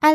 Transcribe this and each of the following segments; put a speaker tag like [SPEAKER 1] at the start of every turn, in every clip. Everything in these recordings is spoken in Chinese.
[SPEAKER 1] 艾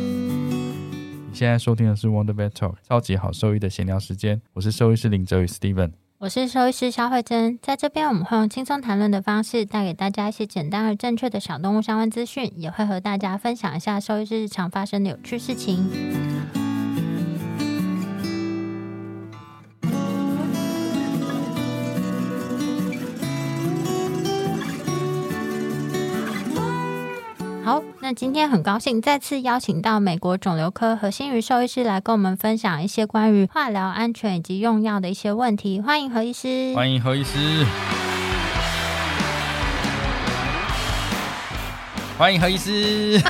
[SPEAKER 2] 你现在收听的是 Wonder Vet Talk 超级好兽医的闲聊时间，我是兽医师林哲宇 Steven。
[SPEAKER 1] 我是兽医师肖慧珍，在这边我们会用轻松谈论的方式，带给大家一些简单而正确的小动物相关资讯，也会和大家分享一下兽医师日常发生的有趣事情。好，那今天很高兴再次邀请到美国肿瘤科何心瑜兽医师来跟我们分享一些关于化疗安全以及用药的一些问题。欢迎何医师，
[SPEAKER 2] 欢迎何医师，
[SPEAKER 3] 欢迎何医 师。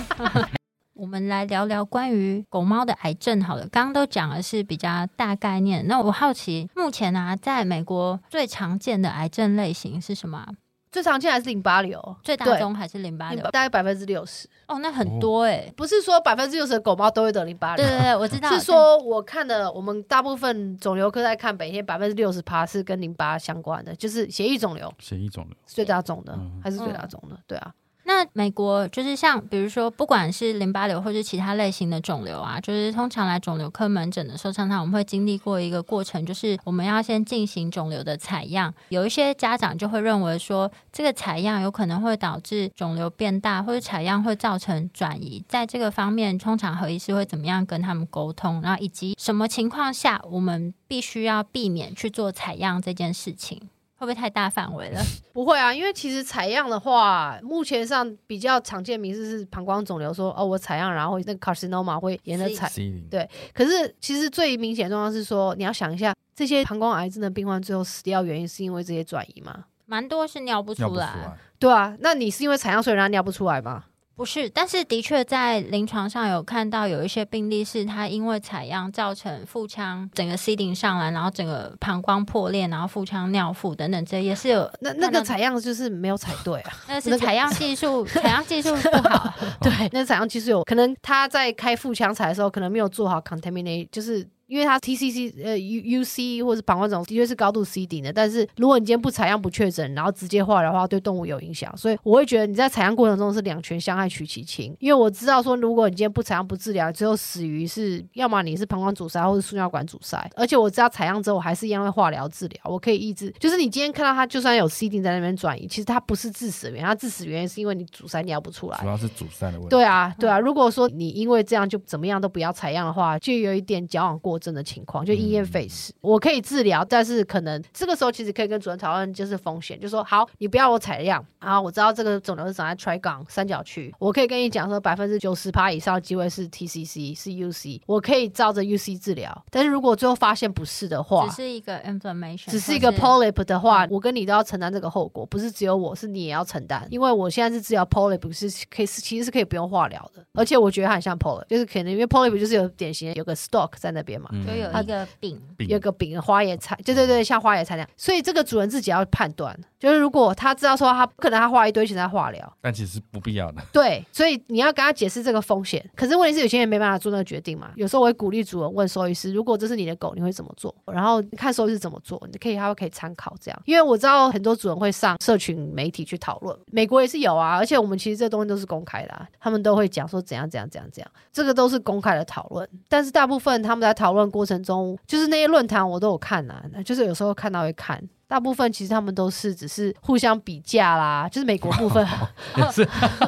[SPEAKER 1] 我们来聊聊关于狗猫的癌症好了，刚刚都讲的是比较大概念。那我好奇，目前啊，在美国最常见的癌症类型是什么啊、
[SPEAKER 4] 最常见还是淋巴瘤，
[SPEAKER 1] 最大宗还是淋巴
[SPEAKER 4] 对
[SPEAKER 1] 瘤
[SPEAKER 4] 大？概百分之六十，
[SPEAKER 1] 哦，那很多哎、
[SPEAKER 4] 不是说百分之六十的狗猫都会得淋巴
[SPEAKER 1] 对
[SPEAKER 4] 瘤。
[SPEAKER 1] 对对，我知道。
[SPEAKER 4] 是说，我看的我们大部分肿瘤科在看北天百分之六十趴是跟淋巴相关的，就是血液肿瘤
[SPEAKER 2] 血液肿瘤。
[SPEAKER 4] 是最大种的，
[SPEAKER 2] 嗯
[SPEAKER 4] 还是最大种的，对啊，
[SPEAKER 1] 那美国就是像比如说，不管是淋巴瘤或是其他类型的肿瘤啊，就是通常来肿瘤科门诊的时候，常常我们会经历过一个过程，就是我们要先进行肿瘤的采样。有一些家长就会认为说，这个采样有可能会导致肿瘤变大，或者采样会造成转移。在这个方面，通常何医师会怎么样跟他们沟通，然后以及什么情况下我们必须要避免去做采样这件事情，会不会太大范围了？
[SPEAKER 4] 不会啊，因为其实采样的话，目前上比较常见名字是膀胱肿瘤，说哦我采样，然后那个 carcinoma 会沿着
[SPEAKER 1] 是
[SPEAKER 4] 采
[SPEAKER 2] C 零
[SPEAKER 4] 对可是其实最明显的状况是说，你要想一下，这些膀胱癌症的病患最后死掉原因是因为这些转移吗？
[SPEAKER 1] 蛮多是尿不
[SPEAKER 2] 尿
[SPEAKER 1] 出
[SPEAKER 2] 不出
[SPEAKER 1] 来。
[SPEAKER 2] 来，
[SPEAKER 4] 对啊，那你是因为采样所以让他尿不出来吗？
[SPEAKER 1] 不是，但是的确在临床上有看到有一些病例是他因为采样造成腹腔整个 C 顶上来，然后整个膀胱破裂，然后腹腔尿腹等等，这也是有
[SPEAKER 4] 啊那那
[SPEAKER 1] 看到
[SPEAKER 4] 个采样就是没有采对啊，
[SPEAKER 1] 那是
[SPEAKER 4] 那个
[SPEAKER 1] 采样技 术，采样技术不好，
[SPEAKER 4] 对，那采样技术有可能他在开腹腔采的时候，可能没有做好 contaminate，就是因为他 TCC 呃 U UC 或者膀胱肿瘤的确是高度 C 顶的，但是如果你今天不采样不确诊，然后直接化疗的话，对动物有影响，所以我会觉得你在采样过程中是两全相害取其轻，因为我知道说如果你今天不采样不治疗，最后死于是要么你是膀胱阻塞或者输尿管阻塞，而且我知道采样之后我还是一样会化疗治疗，我可以抑制，就是你今天看到它就算有 C 顶在那边转移，其实它不是致死原因，它致死原因是因为你阻塞尿不出来
[SPEAKER 2] 主。要是阻塞的问题。嗯
[SPEAKER 4] 对啊，对啊。如果说你因为这样就怎么样都不要采样的话，就有一点矫枉过正的情
[SPEAKER 2] 嗯
[SPEAKER 4] 况，就因噎废食。我可以治疗，但是可能这个时候其实可以跟主任讨论，就是风险，就说好，你不要我采样啊，我知道这个肿瘤是长在 trigon 三角区，我可以跟你讲说百分之九十趴以上的机会是 TCC 是 UC，我可以照着 UC 治疗，但是如果最后发现不是的话
[SPEAKER 1] 只。是一个 inflammation，
[SPEAKER 4] 只是一
[SPEAKER 1] 或
[SPEAKER 4] 个 polyp 的话，我跟你都要承担这个后果，不是只有我是你也要承担，因为我现在是治疗 polyp 是可以是其实是可以不用化疗的，而且我觉得它很像 polyp，就是可能因为 polyp 就是有典型的有个 stalk 在那边嘛。
[SPEAKER 2] 嗯
[SPEAKER 1] 就有一个病。
[SPEAKER 2] 病
[SPEAKER 4] 有个饼花野菜，对对对，像花野菜那样，所以这个主人自己要判断，就是如果他知道说他可能他花一堆钱在化疗，
[SPEAKER 2] 但其实是不必要的。
[SPEAKER 4] 对，所以你要跟他解释这个风险。可是问题是，有些人没办法做那个决定嘛。有时候我会鼓励主人问兽医师，如果这是你的狗，你会怎么做？然后看兽医师怎么做，你可以他会可以参考这样。因为我知道很多主人会上社群媒体去讨论，美国也是有啊，而且我们其实这东西都是公开的、啊，他们都会讲说怎样怎样怎样怎样，这个都是公开的讨论。但是大部分他们在讨论过程中，就是那些论坛我都有看啊，就是有时候看到会看。大部分其实他们都是只是互相比价啦，就是美国部分
[SPEAKER 2] 也是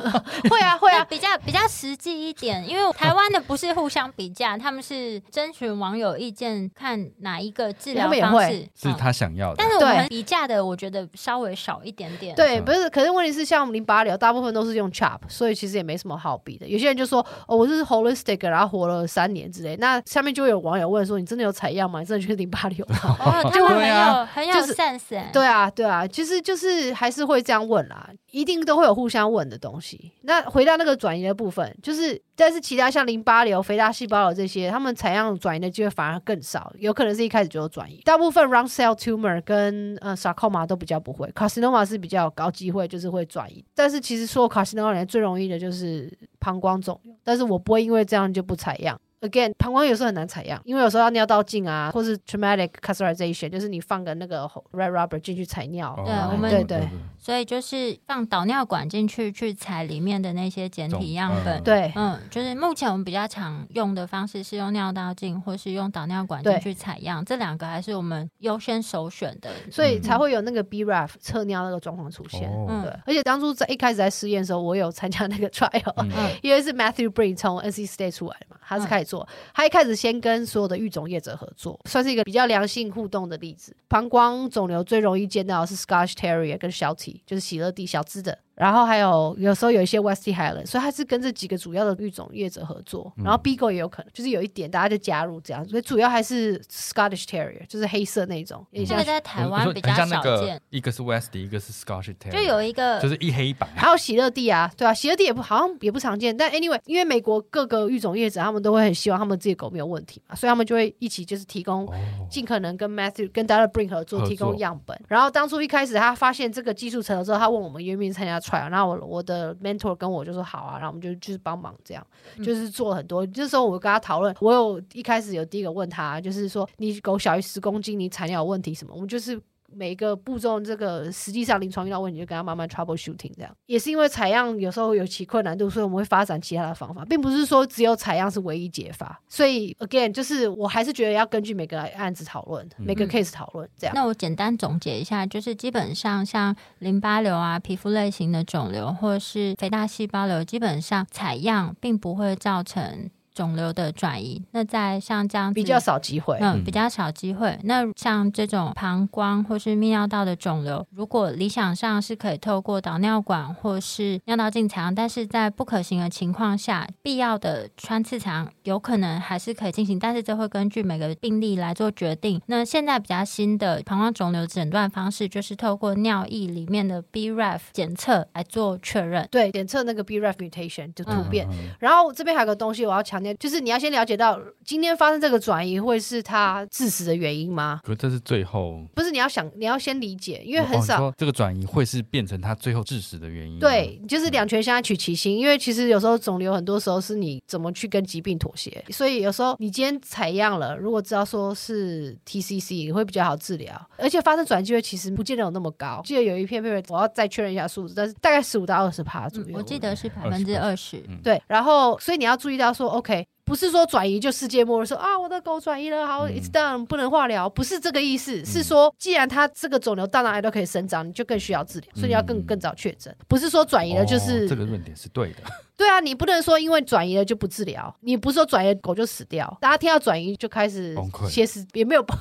[SPEAKER 4] 会啊会啊，
[SPEAKER 1] 比较比较实际一点，因为台湾的不是互相比价，他们是征询网友意见，看哪一个治疗
[SPEAKER 4] 他们也
[SPEAKER 1] 方式
[SPEAKER 4] 会
[SPEAKER 2] 是
[SPEAKER 1] 嗯
[SPEAKER 2] 他想要的
[SPEAKER 1] 但，是我们
[SPEAKER 4] 对
[SPEAKER 1] 比价的，我觉得稍微少一点点。
[SPEAKER 4] 对，
[SPEAKER 2] 嗯
[SPEAKER 4] 不是，可是问题是像淋巴瘤，大部分都是用 CHOP，所以其实也没什么好比的。有些人就说，哦，我这是 holistic，然后活了三年之类。那下面就有网友问说，你真的有采样吗？你真的去淋巴瘤吗？
[SPEAKER 1] 哦，他们很
[SPEAKER 2] 对
[SPEAKER 1] 有、
[SPEAKER 2] 啊
[SPEAKER 1] 很有
[SPEAKER 4] 就是
[SPEAKER 1] sense，、欸、
[SPEAKER 4] 对啊，对啊，其实就是还是会这样问啦，一定都会有互相问的东西。那回到那个转移的部分，就是但是其他像淋巴瘤、肥大细胞瘤这些，他们采样转移的机会反而更少，有可能是一开始就有转移。大部分 round cell tumor 跟呃 sarcoma 都比较不会，carcinoma 是比较高机会就是会转移。但是其实说 carcinoma 里面最容易的就是膀胱肿瘤，但是我不会因为这样就不采样。Again，膀胱有时候很难采样，因为有时候要尿道镜啊，或是 traumatic cauterization，就是你放个那个 red rubber 进去采尿。
[SPEAKER 2] 哦
[SPEAKER 1] 对我们
[SPEAKER 4] 对对
[SPEAKER 1] 所以就是放导尿管进去去采里面的那些简体样本。
[SPEAKER 2] 嗯
[SPEAKER 4] 对，
[SPEAKER 1] 嗯，就是目前我们比较常用的方式是用尿道镜或是用导尿管进
[SPEAKER 4] 对
[SPEAKER 1] 去采样，这两个还是我们优先首选的。
[SPEAKER 4] 所以才会有那个 BRAF 测尿那个状况出
[SPEAKER 2] 嗯
[SPEAKER 4] 现。
[SPEAKER 2] 哦
[SPEAKER 1] 嗯
[SPEAKER 4] 对，而且当初在一开始在试验的时候，我有参加那个 trial，、
[SPEAKER 2] 嗯
[SPEAKER 1] 嗯
[SPEAKER 4] 因为是 Matthew Breen 从 NC State 出来的嘛，他是开始做，他一开始先跟所有的育种业者合作，算是一个比较良性互动的例子。膀胱肿瘤最容易见到的是 Scotch Terrier 跟小体，就是喜乐蒂小只的，然后还有有时候有一些 West Highland，所以他是跟这几个主要的育种业者合作，然后 Beagle 也有可能，就是有一点大家就加入这样，所以主要还是 Scottish Terrier，就是黑色那种，有点
[SPEAKER 1] 这
[SPEAKER 4] 像
[SPEAKER 1] 个在台
[SPEAKER 2] 我
[SPEAKER 1] 湾
[SPEAKER 2] 说
[SPEAKER 1] 比较
[SPEAKER 2] 很像那
[SPEAKER 1] 少
[SPEAKER 2] 个
[SPEAKER 1] 见，
[SPEAKER 2] 一个是 West，一个是 Scotch Terrier，
[SPEAKER 1] 就有一个
[SPEAKER 2] 就是一黑白，
[SPEAKER 4] 还有喜乐蒂啊，对啊，喜乐蒂也不好像也不常见，但 anyway，因为美国各个育种业者他们都会很希望他们自己的狗没有问题嘛，所以他们就会一起就是提供
[SPEAKER 2] 哦
[SPEAKER 4] 尽可能跟 Matthew 跟 d a r a Brink 合
[SPEAKER 2] 合
[SPEAKER 4] 作
[SPEAKER 2] 作
[SPEAKER 4] 提供样本。然后当初一开始他发现这个技术成熟之后，他问我们愿不愿意参加 trial，然后我我的 mentor 跟我就说好啊，然后我们就就是帮忙这样，
[SPEAKER 1] 嗯
[SPEAKER 4] 就是做了很多。这时候我跟他讨论，我有一开始有第一个问他，就是说你狗小于十公斤，你产尿有问题什么？我们就是。每一个步骤，这个实际上临床遇到问题，就跟他慢慢 trouble shooting 这样，也是因为采样有时候有其困难度，所以我们会发展其他的方法，并不是说只有采样是唯一解法。所以 again，就是我还是觉得要根据每个案子讨论，每个
[SPEAKER 1] 嗯
[SPEAKER 4] case 讨论这样。
[SPEAKER 1] 那我简单总结一下，就是基本上像淋巴瘤啊、皮肤类型的肿瘤，或是肥大细胞瘤，基本上采样并不会造成肿瘤的转移。那在像这样子
[SPEAKER 4] 比较。少机会，
[SPEAKER 1] 嗯，
[SPEAKER 2] 嗯
[SPEAKER 1] 比较少机会。那像这种膀胱或是泌尿道的肿瘤，如果理想上是可以透过导尿管或是尿道镜采样，但是在不可行的情况下，必要的穿刺采样有可能还是可以进行，但是这会根据每个病例来做决定。那现在比较新的膀胱肿瘤诊断方式，就是透过尿液里面的 BRAF 检测来做确认。
[SPEAKER 4] 对，检测那个 BRAF mutation 就突
[SPEAKER 1] 嗯
[SPEAKER 4] 变。
[SPEAKER 2] 嗯
[SPEAKER 4] 然后这边还有个东西我要强调，就是你要先了解到今天发生这个转移会是它致死的原因吗？
[SPEAKER 2] 可这是最后，
[SPEAKER 4] 不是，你要想，你要先理解，因为
[SPEAKER 2] 哦
[SPEAKER 4] 很
[SPEAKER 2] 你
[SPEAKER 4] 少。
[SPEAKER 2] 说这个转移会是变成他最后致死的原因吗，
[SPEAKER 4] 对，就是两全相爱取其轻，因为其实有时候肿瘤很多时候是你怎么去跟疾病妥协，所以有时候你今天采样了，如果知道说是 TCC 会比较好治疗，而且发生转移机会其实不见得有那么高。记得有一篇 paper，我要再确认一下数字，但是大概十五到二十趴左
[SPEAKER 1] 嗯
[SPEAKER 4] 右。
[SPEAKER 1] 我记得是百分之二十。
[SPEAKER 4] 对，然后所以你要注意到说，OK，不是说转移就世界末日，说啊我的狗转移了，好、
[SPEAKER 2] 嗯
[SPEAKER 4] it's done 不能化疗，不是这个意思，是说既然它这个肿瘤大脑癌都可以生长，你就更需要治疗，所以你要更
[SPEAKER 2] 嗯
[SPEAKER 4] 更早确诊，不是说转移了就是、
[SPEAKER 2] 哦这个论点是对的，
[SPEAKER 4] 对啊，你不能说因为转移了就不治疗，你不是说转移了狗就死掉，大家听到转移就开始
[SPEAKER 2] 崩溃
[SPEAKER 4] 歇斯，也没 有崩。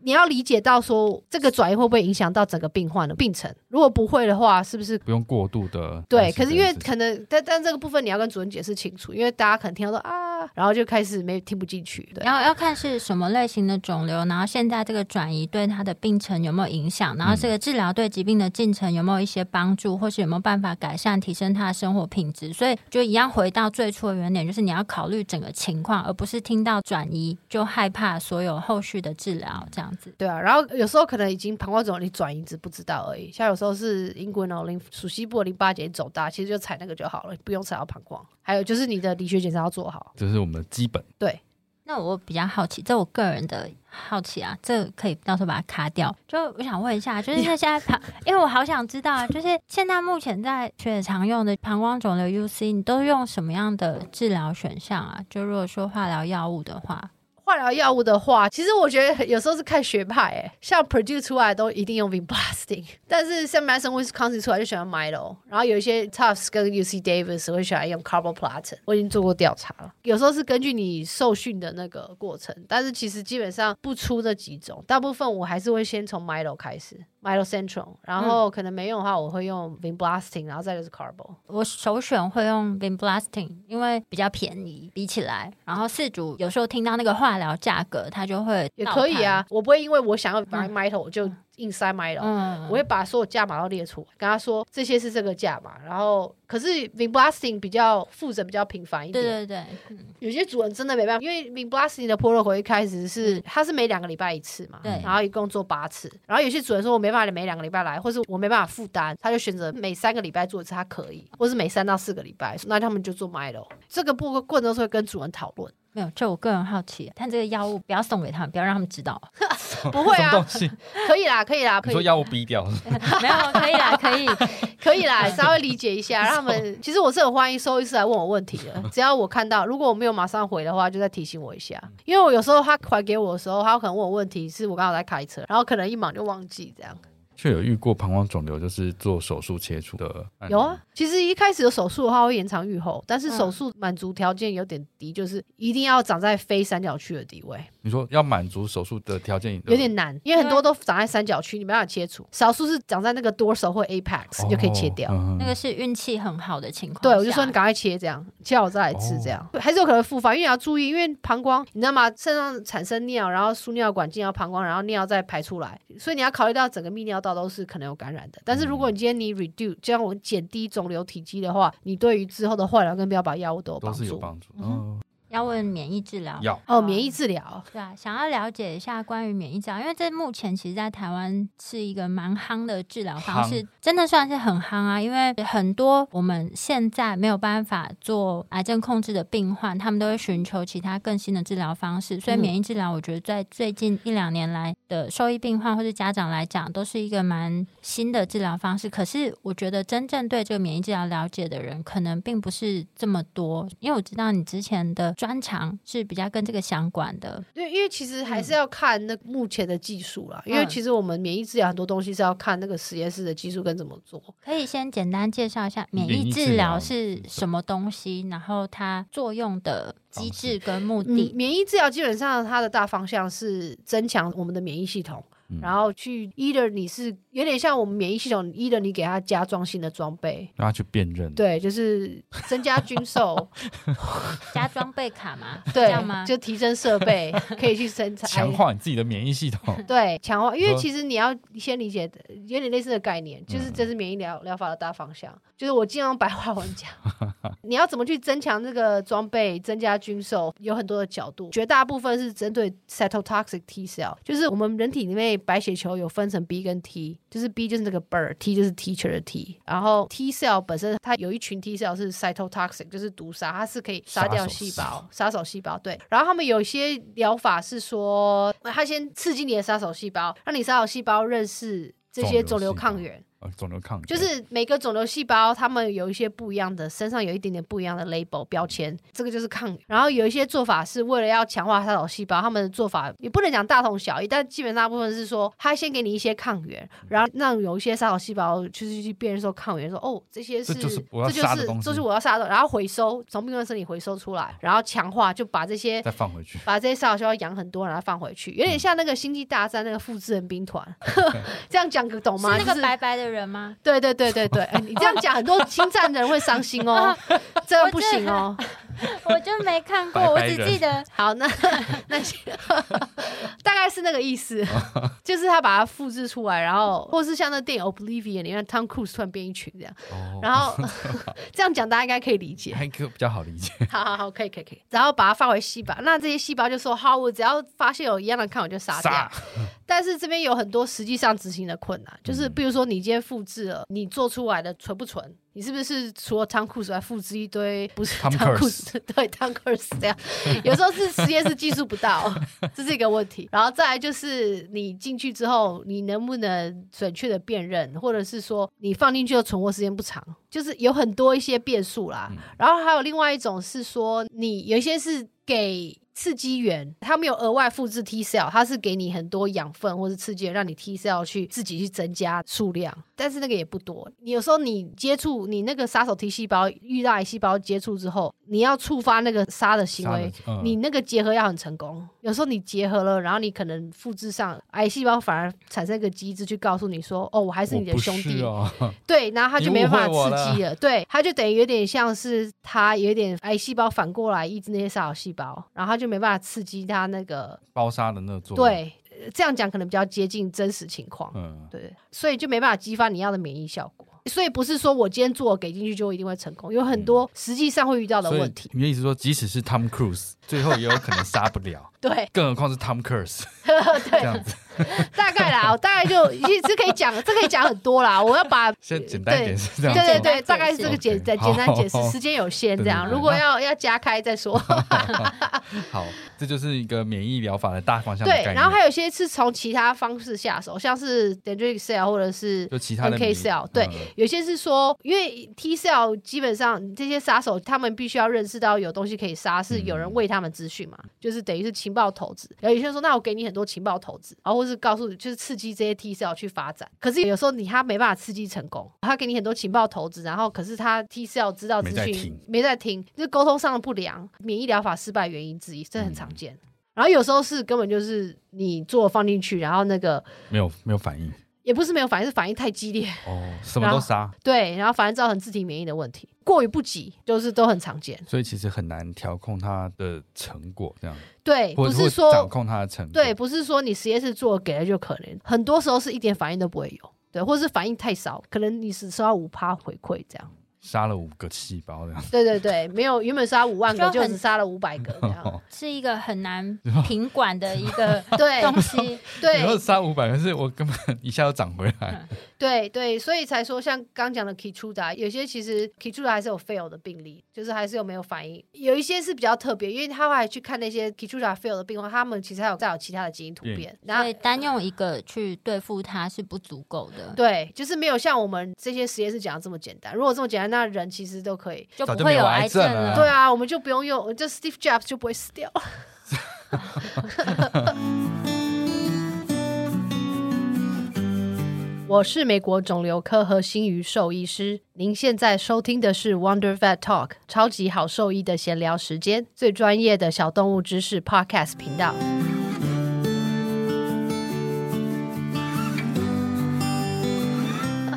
[SPEAKER 4] 你要理解到说这个转移会不会影响到整个病患的病程，如果不会的话，是不是
[SPEAKER 2] 不用过度的 担
[SPEAKER 4] 对，可
[SPEAKER 2] 心
[SPEAKER 4] 是
[SPEAKER 2] 这
[SPEAKER 4] 因为
[SPEAKER 2] 件事情
[SPEAKER 4] 可能，但但这个部分你要跟主任解释清楚，因为大家可能听到说啊，然后就开始没听不进去。对，
[SPEAKER 1] 然后要看是什么类型的肿瘤，然后现在这个转移对它的病程有没有影响，然后这个治疗对疾病的进程有没有一些帮助，或是有没有办法改善提升它的生活品质。所以就一样回到最初的原点，就是你要考虑整个情况，而不是听到转移就害怕所有后续的治疗这样子。
[SPEAKER 4] 对啊，然后有时候可能已经膀胱肿瘤你转移只不知道而已，像有时候是英国脑淋属西部的淋巴结肿大，其实就踩那个就好了，不用踩到膀胱。还有就是你的理学检查要做好，
[SPEAKER 2] 这是我们的基本，
[SPEAKER 4] 对，
[SPEAKER 1] 那我比较好奇，这我个人的好奇啊，这可以到时候把它卡掉。就我想问一下，就是那 现在膀，因为我好想知道，啊，就是现在目前在血常用的膀胱肿瘤 UC，你都用什么样的治疗选项啊？就如果说化疗药物的话，
[SPEAKER 4] 化疗药物的话，其实我觉得有时候是看学派、欸，像 Purdue 出来都一定用 v i b l a s t i n 但是像 Madison Wisconsin 出来就喜欢 Milo，然后有一些 Tufts 跟 UC Davis 会喜欢用 Carboplatin。我已经做过调查了，有时候是根据你受训的那个过程，但是其实基本上不出这几种，大部分我还是会先从 Milo 开始。Milo Central，然后可能没用的话，我会用 v i b l a s t i n 然后再就是 Carbo。
[SPEAKER 1] 我首选会用 Vinblasting，因为比较便宜，比起来。然后四主有时候听到那个化疗价格，他就会
[SPEAKER 4] 也
[SPEAKER 1] 倒
[SPEAKER 4] 可以
[SPEAKER 1] 弹。
[SPEAKER 4] 啊，我不会因为我想要买 Milo 我就硬塞 Milo，、
[SPEAKER 1] 嗯，
[SPEAKER 4] 我会把所有价码都列出来，跟他说这些是这个价码。然后，可是 v i n b l a s t i n 比较复诊比较频繁一
[SPEAKER 1] 对
[SPEAKER 4] 点，
[SPEAKER 1] 对对，
[SPEAKER 4] 有些主人真的没办法，因为 v i n b l a s t i n 的 protocol 一开始是它是每两个礼拜一次嘛，
[SPEAKER 1] 嗯对
[SPEAKER 4] 然后一共做八次。然后有些主人说我没办法每两个礼拜来，或是我没办法负担，他就选择每三个礼拜做一次，他可以，
[SPEAKER 1] 嗯
[SPEAKER 4] 或是每三到四个礼拜，那他们就做 Milo。这个不过程都是会跟主人讨 论，
[SPEAKER 1] 没有，就我个人好奇，但这个药物不要送给他们，不要让他们知道。
[SPEAKER 4] 不会啊
[SPEAKER 2] 什么东西？
[SPEAKER 4] 可以啦，可以啦，可
[SPEAKER 2] 你
[SPEAKER 4] 以
[SPEAKER 2] 说。药物逼掉，
[SPEAKER 1] 没有，可以啦，可以。
[SPEAKER 4] 可以啦，稍微理解一下，让他们。其实我是很欢迎兽医师来问我问题的，只要我看到，如果我没有马上回的话，就再提醒我一下。因为我有时候他还给我的时候，他可能问我问题，是我刚好在开车，然后可能一忙就忘记这样。
[SPEAKER 2] 却有遇过膀胱肿瘤，就是做手术切除的。
[SPEAKER 4] 有啊，，其实一开始有手术的话会延长愈后，但是手术满足条件有点低，就是一定要长在非三角区的地位，
[SPEAKER 2] 你说要满足手术的条件，
[SPEAKER 4] 有点难，因为很多都长在三角区，你没办法切除，少数是长在那个多手或 apex
[SPEAKER 2] 哦
[SPEAKER 4] 就可以切掉。
[SPEAKER 2] 嗯
[SPEAKER 1] 那个是运气很好的情况下。
[SPEAKER 4] 对，我就说你赶快切这样，切好再来治这样，
[SPEAKER 2] 哦
[SPEAKER 4] 还是有可能复发，因为你要啊注意，因为膀胱你知道吗？肾脏产生尿，然后输尿管进到膀胱，然后尿再排出来，所以你要考虑到整个泌尿道都是可能有感染的。
[SPEAKER 2] 嗯
[SPEAKER 4] 但是如果你今天你 reduce，就像我减低肿瘤体积的话，你对于之后的化疗跟标靶药物都有
[SPEAKER 2] 都
[SPEAKER 4] 帮
[SPEAKER 2] 是有
[SPEAKER 4] 助。
[SPEAKER 2] 帮助。
[SPEAKER 1] 嗯哼
[SPEAKER 2] 嗯，
[SPEAKER 1] 要问免疫治疗。
[SPEAKER 2] 药
[SPEAKER 4] 哦，免疫治疗，
[SPEAKER 1] 对啊，想要了解一下关于免疫治疗，因为这目前其实，在台湾是一个蛮夯的治疗方式，真的算是很夯啊。因为很多我们现在没有办法做癌症控制的病患，他们都会寻求其他更新的治疗方式，所以
[SPEAKER 4] 嗯
[SPEAKER 1] 免疫治疗，我觉得在最近一两年来的受益病患或是家长来讲，都是一个蛮新的治疗方式。可是，我觉得真正对这个免疫治疗了解的人，可能并不是这么多，因为我知道你之前的专长是比较跟这个相关的。
[SPEAKER 4] 因为因为其实还
[SPEAKER 2] 嗯
[SPEAKER 4] 是要看那目前的技术啦，
[SPEAKER 1] 嗯
[SPEAKER 4] 因为其实我们免疫治疗很多东西是要看那个实验室的技术跟怎么做。
[SPEAKER 1] 可以先简单介绍一下免
[SPEAKER 2] 免
[SPEAKER 1] 疫
[SPEAKER 2] 疫
[SPEAKER 1] 治
[SPEAKER 2] 治
[SPEAKER 1] 疗
[SPEAKER 2] 疗
[SPEAKER 1] 是什么东西，然后它作用的机
[SPEAKER 2] 方
[SPEAKER 1] 制跟目
[SPEAKER 4] 嗯，
[SPEAKER 1] 的。
[SPEAKER 4] 免疫治疗基本上它的大方向是增强我们的免疫系统，然后去 either 你是有点像我们免疫系统，either 你给它加装新的装备，
[SPEAKER 2] 让他去辨认。
[SPEAKER 4] 对，就是增加军售，
[SPEAKER 1] 加装备卡 嘛，这
[SPEAKER 4] 对
[SPEAKER 1] 样吗，？
[SPEAKER 4] 就提升设备，可以去生产。
[SPEAKER 2] 强化你自己的免疫系统
[SPEAKER 4] 对，强化，因为
[SPEAKER 2] 说
[SPEAKER 4] 其实你要先理解，有点类似的概念，
[SPEAKER 2] 嗯
[SPEAKER 4] 就是这是免疫疗疗法的大方向。就是我尽量白话文 讲，你要怎么去增强这个装备，增加军售，有很多的角度。绝大部分是针对 cytotoxic T cell，就是我们人体里面白血球有分成 B 跟 T，就是 B 就是那个 bird，T 就是 teacher 的 T，然后 T cell 本身它有一群 T cell 是 cytotoxic，就是毒杀，它是可以杀掉
[SPEAKER 2] 杀手
[SPEAKER 4] 细胞，杀手细胞。对，然后他们有些疗法是说，呃他先刺激你的杀手细胞，让你杀手细胞认识这些肿
[SPEAKER 2] 肿
[SPEAKER 4] 瘤
[SPEAKER 2] 瘤细胞
[SPEAKER 4] 抗原。
[SPEAKER 2] 呃，肿瘤抗体
[SPEAKER 4] 就是每个肿瘤细胞，它们有一些不一样的，身上有一点点不一样的 label 标签，这个就是抗原。然后有一些做法是为了要强化杀手细胞，他们的做法也不能讲大同小异，但基本上大部分是说，他先给你一些抗原，然后让有一些杀手细胞就是去辨认说抗原，说哦这些是
[SPEAKER 2] 这就是我要
[SPEAKER 4] 这就
[SPEAKER 2] 杀的
[SPEAKER 4] 是
[SPEAKER 2] 东西
[SPEAKER 4] 这是我要杀的，然后回收从病人身体回收出来，然后强化就把这些
[SPEAKER 2] 再放回去。
[SPEAKER 4] 把这些杀手细胞养很多，然后放回去，有
[SPEAKER 2] 嗯
[SPEAKER 4] 点像那个星际大战那个复制人 兵团，这样讲懂吗？
[SPEAKER 1] 是
[SPEAKER 4] 就
[SPEAKER 1] 那个白白的人吗？
[SPEAKER 4] 对对对对对，哎你这样讲，很多侵占的人会伤心哦，这个不行哦。
[SPEAKER 1] 我就没看过，
[SPEAKER 2] 白
[SPEAKER 1] 我
[SPEAKER 2] 白
[SPEAKER 1] 只
[SPEAKER 2] 人
[SPEAKER 1] 记得
[SPEAKER 4] 好，那 那行大概是那个意 思，就是他把它复制出来，然后或是像那电影《Oblivion》里面 Tom Cruise 突然变一群这样，
[SPEAKER 2] 哦，
[SPEAKER 4] 然后 这样讲大家应该可以理 解。
[SPEAKER 2] 还可以比较好理解。
[SPEAKER 4] 好好好，可以可以可以，然后把它放回细胞，那这些细胞就说好，我只要发现有一样的抗，我就杀掉。
[SPEAKER 2] 杀
[SPEAKER 4] 但是这边有很多实际上执行的困难，就是比如说你今天复制了，你做出来的纯不纯？你是不是除了 Tom Cruise 还复制一堆不是
[SPEAKER 2] Tom
[SPEAKER 4] Tom Cruise 对 Tom Cruise 这样？有时候是实验室技术不到，这是一个问题。然后再来就是你进去之后，你能不能准确的辨认，或者是说你放进去的存活时间不长，就是有很多一些变数啦。然后还有另外一种是说，你有一些是给。刺激源，它没有额外复制 T cell，它是给你很多养分或是刺激源，让你 T cell 去自己去增加数量，但是那个也不多。你有时候你接触你那个杀手 T 细胞遇到癌细胞接触之后，你要触发那个杀的行
[SPEAKER 2] 杀
[SPEAKER 4] 为
[SPEAKER 2] 了，嗯
[SPEAKER 4] 你那个结合要很成功。有时候你结合了，然后你可能复制上癌细胞，反而产生一个机制去告诉你说，哦，我还是你的兄弟，
[SPEAKER 2] 我不是哦
[SPEAKER 4] 对，然后他
[SPEAKER 2] 你
[SPEAKER 4] 就没
[SPEAKER 2] 误
[SPEAKER 4] 办
[SPEAKER 2] 会我
[SPEAKER 4] 法刺激了，对，他就等于有点像是他有点癌细胞反过来抑制那些杀手细胞，然后他就没办法刺激他那个，
[SPEAKER 2] 包杀的那个作用，
[SPEAKER 4] 对，呃这样讲可能比较接近真实情况，
[SPEAKER 2] 嗯，
[SPEAKER 4] 对，所以就没办法激发你要的免疫效果。所以不是说我今天做给进去就一定会成功，有很多实际上会遇到的
[SPEAKER 2] 嗯所以
[SPEAKER 4] 问题。
[SPEAKER 2] 你的意思说，即使是 Tom Cruise，最后也有可能杀不了，
[SPEAKER 4] 对
[SPEAKER 2] 更何况是 Tom Cruise 这
[SPEAKER 4] 对，
[SPEAKER 2] 样子。
[SPEAKER 4] 大 概啦，我大概就其实可以讲，这可以讲很多啦。我要把
[SPEAKER 2] 先简单一点是这样
[SPEAKER 4] 对
[SPEAKER 2] 子吗，
[SPEAKER 4] 对
[SPEAKER 1] 简
[SPEAKER 4] 对，
[SPEAKER 1] 单
[SPEAKER 4] 大
[SPEAKER 1] 解
[SPEAKER 4] 概是
[SPEAKER 1] 释
[SPEAKER 4] 这个简
[SPEAKER 2] OK，
[SPEAKER 4] 简简单
[SPEAKER 2] 好
[SPEAKER 4] 解释，时间有限，这
[SPEAKER 2] 对
[SPEAKER 4] 样。
[SPEAKER 2] 对对
[SPEAKER 4] 如果
[SPEAKER 2] 那
[SPEAKER 4] 要要加开 再说。
[SPEAKER 2] 好，这就是一个免疫疗法的大方向的概
[SPEAKER 4] 对，
[SPEAKER 2] 念。
[SPEAKER 4] 然后还有一些是从其他方式下手，像是 dendritic cell 或者是
[SPEAKER 2] 就其他的
[SPEAKER 4] NK
[SPEAKER 2] 免疫
[SPEAKER 4] cell，对。
[SPEAKER 2] 嗯
[SPEAKER 4] 有些是说，因为 T cell 基本上这些杀手，他们必须要认识到有东西可以杀，是有人
[SPEAKER 2] 嗯
[SPEAKER 4] 喂他们资讯嘛，就是等于是情报投资。然后有些人说，那我给你很多情报投资，然后或是告诉你，就是刺激这些 T cell 去发展。可是有时候你他没办法刺激成功，他给你很多情报投资，然后可是他 T cell 知道资
[SPEAKER 2] 没在
[SPEAKER 4] 讯
[SPEAKER 2] 听
[SPEAKER 4] 没在听，就是沟通上的不良，免疫疗法失败原因之一，这很
[SPEAKER 2] 嗯
[SPEAKER 4] 常见。然后有时候是根本就是你做放进去，然后那个
[SPEAKER 2] 没有没有反应
[SPEAKER 4] 也不是没有反应，是反应太激烈，
[SPEAKER 2] 哦，什么都杀，
[SPEAKER 4] 对，然后反正造成自体免疫的问题，过于不及就是都很常见。
[SPEAKER 2] 所以其实很难调控它的成果，这样
[SPEAKER 4] 对，
[SPEAKER 2] 或
[SPEAKER 4] 不
[SPEAKER 2] 者或
[SPEAKER 4] 是
[SPEAKER 2] 者掌
[SPEAKER 4] 说
[SPEAKER 2] 控它的成果。
[SPEAKER 4] 对，，不是说你实验室做给了就可能，很多时候是一点反应都不会有，对，或者是反应太少，可能你只收到五趴回馈这样。
[SPEAKER 2] 杀了五个细胞这样。
[SPEAKER 4] 对对对，没有原本杀五万个，
[SPEAKER 1] 就
[SPEAKER 4] 就
[SPEAKER 1] 很
[SPEAKER 4] 只杀了五百个 这样。
[SPEAKER 1] 是一个很难品管的一个
[SPEAKER 4] 对
[SPEAKER 1] 东西。
[SPEAKER 2] 你说
[SPEAKER 4] 对
[SPEAKER 2] 杀五百，可是我根本一下就涨回来。
[SPEAKER 4] 对对，所以才说像刚讲的 Keytruda，有些其实 Keytruda 还是有 fail 的病例，就是还是有没有反应，有一些是比较特别，因为他还去看那些 Keytruda fail 的病患，他们其实还有再有其他的基因突
[SPEAKER 2] 变
[SPEAKER 4] 变， 然后
[SPEAKER 1] 所以单用一个去对付它是不足够的，
[SPEAKER 4] 对，就是没有像我们这些实验室讲的这么简单。如果这么简单，那人其实都可以。
[SPEAKER 1] 就
[SPEAKER 2] 早
[SPEAKER 1] 不
[SPEAKER 2] 就
[SPEAKER 1] 会
[SPEAKER 2] 没有
[SPEAKER 1] 癌
[SPEAKER 2] 癌症
[SPEAKER 1] 了。
[SPEAKER 2] 了
[SPEAKER 4] 对啊，我们就不用用，就 Steve Jobs 就不会死掉。 我是美国肿瘤科和心鱼兽医师，您现在收听的是 Wonder Vet Talk 超级好兽医的闲聊时间，最专业的小动物知识 Podcast 频道。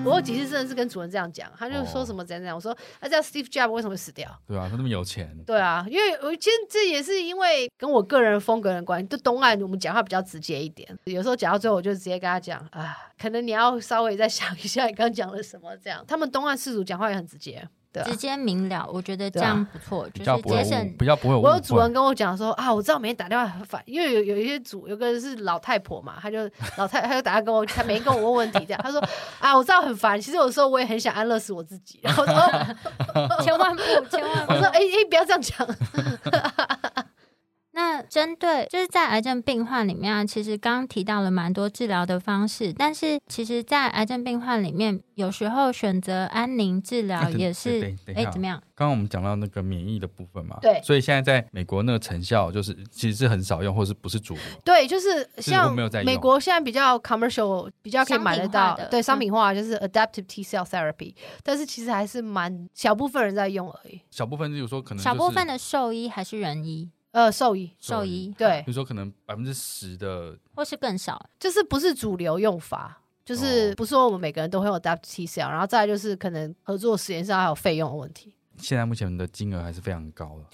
[SPEAKER 4] 我有几次真的是跟主人这样讲，他就说什么怎样怎样，我说那这样 Steve Jobs 为什么会死掉？
[SPEAKER 2] 对吧、他那么有钱，
[SPEAKER 4] 对啊，因为我其实这也是因为跟我个人风格的关系。就东岸我们讲话比较直接一点，有时候讲到最后，我就直接跟他讲啊，可能你要稍微再 想一下你刚讲了什么这样。他们东岸氏族讲话也很直接，对、啊
[SPEAKER 1] 直。接明了，我觉得这
[SPEAKER 4] 对啊
[SPEAKER 1] 样不错，
[SPEAKER 2] 比
[SPEAKER 1] 就
[SPEAKER 2] 较
[SPEAKER 1] 是
[SPEAKER 2] 不会
[SPEAKER 1] 节
[SPEAKER 2] 有误
[SPEAKER 1] 省
[SPEAKER 2] 比较不会有误
[SPEAKER 4] 我有
[SPEAKER 2] 会。
[SPEAKER 4] 主人跟我讲说啊，我知道每天打电话很烦，因为有有一些主有个人是老太婆嘛，她就老太，她就打电话跟我，她每天跟我问问题这样，她说啊，我知道很烦，其实有时候我也很想安乐死我自己，然后我说哦
[SPEAKER 1] 千万不千万
[SPEAKER 4] 我
[SPEAKER 1] 不。
[SPEAKER 4] 说哎哎、不要这样讲，
[SPEAKER 1] 那针对就是在癌症病患里面啊，其实刚刚提到了蛮多治疗的方式，但是其实，在癌症病患里面，有时候选择安宁治疗
[SPEAKER 2] 等
[SPEAKER 1] 也
[SPEAKER 2] 等
[SPEAKER 1] 是
[SPEAKER 2] 一，下啊
[SPEAKER 1] 哎，怎么样？
[SPEAKER 2] 刚刚我们讲到那个免疫的部分嘛，
[SPEAKER 4] 对
[SPEAKER 2] 所以现在在美国那个成效就是其实是很少用，或是不是主流，
[SPEAKER 4] 对，就是
[SPEAKER 2] 是
[SPEAKER 4] 像
[SPEAKER 2] 我没有在用
[SPEAKER 4] 美国现在比较 commercial，比较可以买得到
[SPEAKER 1] 商品化的，
[SPEAKER 4] 对
[SPEAKER 1] 嗯
[SPEAKER 4] 商品化就是 adaptive T cell therapy，但是其实还是蛮小部分人在用而已。
[SPEAKER 2] 小部分，例如说可能、就是、
[SPEAKER 1] 小部分的兽医还是人医，
[SPEAKER 4] 呃，兽医
[SPEAKER 1] 兽
[SPEAKER 2] 兽
[SPEAKER 1] 医
[SPEAKER 2] 医，
[SPEAKER 4] 对
[SPEAKER 2] 比，如说可能百分之十的
[SPEAKER 1] 或是更少。
[SPEAKER 4] 就是不是主流用法，就是
[SPEAKER 2] 哦
[SPEAKER 4] 不是说我们每个人都会有 adaptive T cell，然后再来就是可能合作实验上还有费用的问题。
[SPEAKER 2] 现在目前的金额还是非常高的，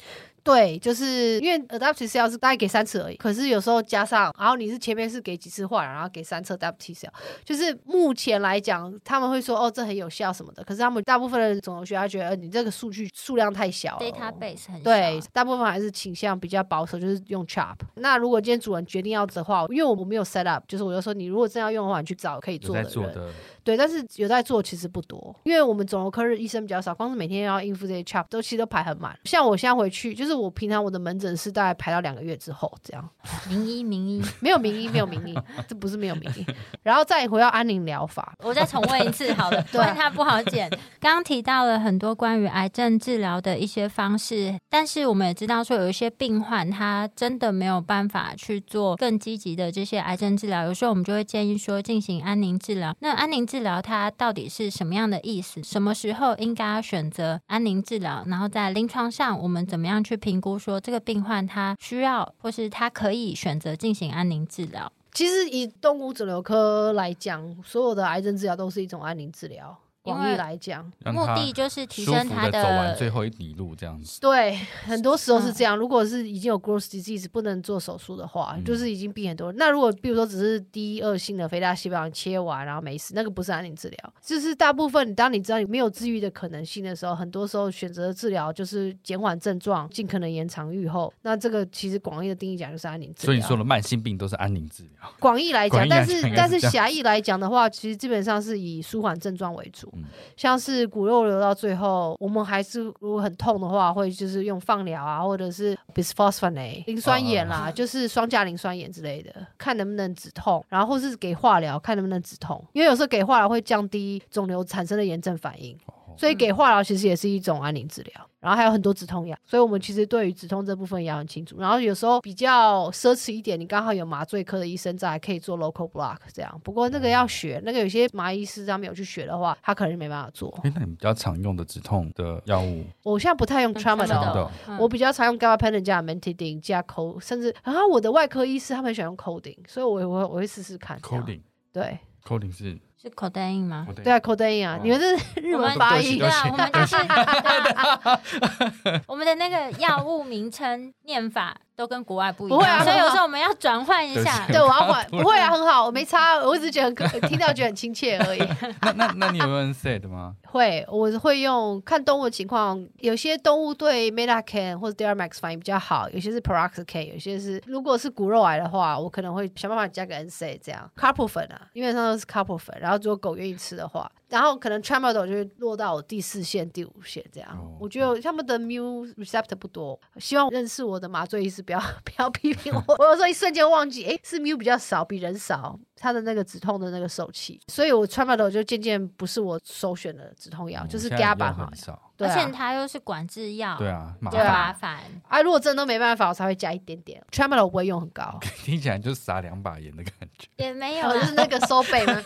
[SPEAKER 4] 对，就是因为 adaptive cell 是大概给三次而已，可是有时候加上，然后你是前面是给几次化疗，然后给三次 adaptive cell，就是目前来讲他们会说哦这很有效什么的，可是他们大部分的肿瘤学家觉得、呃你这个数据数量太
[SPEAKER 2] 哦
[SPEAKER 4] 小了
[SPEAKER 1] database 很
[SPEAKER 4] 对
[SPEAKER 1] 少，
[SPEAKER 4] 大部分还是倾向比较保守，就是用 CHOP。那如果今天主人决定要的话，因为我们没有 set up，就是我就说你如果真要用的话，你去找可以
[SPEAKER 2] 有
[SPEAKER 4] 做
[SPEAKER 2] 在
[SPEAKER 4] 的人。
[SPEAKER 2] 做的
[SPEAKER 4] 对，但是有在做其实不多，因为我们肿瘤科日医生比较少，光是每天要应付这些 chop 都其实都排很满。像我现在回去，就是我平常我的门诊是大概排到两个月之后这样，
[SPEAKER 1] 名医名医，
[SPEAKER 4] 没有名医，没有名医，这不是没有名医。然后再回到安宁疗法，
[SPEAKER 1] 我再重问一次好了，不
[SPEAKER 4] 对
[SPEAKER 1] 然它不好剪。刚刚提到了很多关于癌症治疗的一些方式，但是我们也知道说有一些病患他真的没有办法去做更积极的这些癌症治疗，有时候我们就会建议说进行安宁治疗。那安宁治疗它到底是什么样的意思？什么时候应该要选择安宁治疗？然后在临床上我们怎么样去评估说这个病患他需要或是他可以选择进行安宁治疗？
[SPEAKER 4] 其实以动物肿瘤科来讲，所有的癌症治疗都是一种安宁治疗。
[SPEAKER 1] 因为
[SPEAKER 4] 广义来讲，
[SPEAKER 2] 让
[SPEAKER 1] 目
[SPEAKER 2] 他
[SPEAKER 1] 的就是提
[SPEAKER 2] 舒
[SPEAKER 1] 升
[SPEAKER 2] 服
[SPEAKER 1] 他
[SPEAKER 2] 的走完最后一里路这样子。
[SPEAKER 4] 对，很多时候是这样。如果是已经有 gross disease 不能做手术的话，
[SPEAKER 2] 嗯
[SPEAKER 4] 就是已经病很多。那如果比如说只是低恶性的肥大细胞切完然后没事，那个不是安宁治疗。就是大部分当你知道你没有治愈的可能性的时候，很多时候选择治疗就是减缓症状，尽可能延长愈后。那这个其实广义的定义讲就是安宁治疗。
[SPEAKER 2] 所以你说的慢性病都是安宁治疗，
[SPEAKER 4] 广义来
[SPEAKER 2] 广
[SPEAKER 4] 讲，
[SPEAKER 2] 义来
[SPEAKER 4] 但
[SPEAKER 2] 讲
[SPEAKER 4] 是
[SPEAKER 2] 应该
[SPEAKER 4] 但
[SPEAKER 2] 是
[SPEAKER 4] 是
[SPEAKER 2] 这样
[SPEAKER 4] 狭义来讲的话，其实基本上是以舒缓症状为主，
[SPEAKER 2] 嗯
[SPEAKER 4] 像是骨肉瘤到最后，我们还是如果很痛的话，会就是用放疗啊，或者是 bisphosphonate 磷酸盐啦，就是双价磷酸盐之类的，看能不能止痛，然后或是给化疗，看能不能止痛，因为有时候给化疗会降低肿瘤产生的炎症反应，
[SPEAKER 2] 哦
[SPEAKER 4] 所以给
[SPEAKER 1] 嗯
[SPEAKER 4] 化疗其实也是一种安宁治疗。然后还有很多止痛药，所以我们其实对于止痛这部分也要很清楚。然后有时候比较奢侈一点，你刚好有麻醉科的医生在，可以做 local block 这样。不过那个
[SPEAKER 2] 哦
[SPEAKER 4] 要学，那个有些麻医师他没有去学的话，他可能没办法做。
[SPEAKER 2] 哎，那你比较常用的止痛的药物，
[SPEAKER 4] 我现在不太用
[SPEAKER 2] tramadol
[SPEAKER 4] tramadol，
[SPEAKER 2] 的
[SPEAKER 1] 嗯
[SPEAKER 4] 我比较常用 gabapentin 加 mentidine 加 cod，甚至然后我的外科医师他们喜欢用 coding，所以我我我会试试看这样。对
[SPEAKER 2] coding 是
[SPEAKER 1] 是口袋印吗？
[SPEAKER 4] 对啊，coding 啊
[SPEAKER 2] 哦，
[SPEAKER 4] 你们这是 日
[SPEAKER 1] 我们
[SPEAKER 4] 文发
[SPEAKER 2] 对不起
[SPEAKER 4] 音
[SPEAKER 1] 对
[SPEAKER 2] 对不
[SPEAKER 1] 啊，
[SPEAKER 2] 起
[SPEAKER 1] 我们就是对啊我们的那个药物名称念法都跟国外不一
[SPEAKER 4] 不会啊
[SPEAKER 1] 样，所以
[SPEAKER 4] 很好
[SPEAKER 1] 有时候我们要转换一下。
[SPEAKER 2] 对
[SPEAKER 4] 对，我要换，不会啊，很好，我没差，我只是觉得很可 听到觉得很亲切而已。
[SPEAKER 2] 那那那你有用 NSAID 吗？
[SPEAKER 4] 会，我是会用看动物的情况，有些动物对 Metacan 或者 Dermax 反应比较好，有些是 Peroxicane，有些是如果是骨肉癌的话，我可能会想办法加个 NSA 这样 c a r p o 粉啊，因为上都是 c a r p o 粉，然后如果狗愿意吃的话，然后可能 Tramadol 就会落到我第四线、第五线这样。
[SPEAKER 2] 哦
[SPEAKER 4] 我觉得他们的 mu receptor 不多，希望认识我的麻醉医师不要 不要批评 我，我有时候一瞬间忘记，诶，是 mu 比较少，比人少，它的那个止痛的那个手气，所以我 Tramadol 就渐渐不是我首选的止痛药，就是
[SPEAKER 2] 我哦现在
[SPEAKER 4] GABA
[SPEAKER 2] 用
[SPEAKER 4] 好了
[SPEAKER 2] 很少，
[SPEAKER 4] 对
[SPEAKER 1] 而且
[SPEAKER 4] 啊。
[SPEAKER 1] 它又是管制药，
[SPEAKER 2] 对啊，麻
[SPEAKER 1] 就麻
[SPEAKER 2] 烦，
[SPEAKER 1] 烦。
[SPEAKER 4] 啊，如果真的都没办法，我才会加一点点。Tramadol 我不会用很高，
[SPEAKER 2] 听起来就是撒两把盐的感觉。
[SPEAKER 1] 也没有
[SPEAKER 4] 我
[SPEAKER 1] 啦
[SPEAKER 4] 就，是那个收背吗？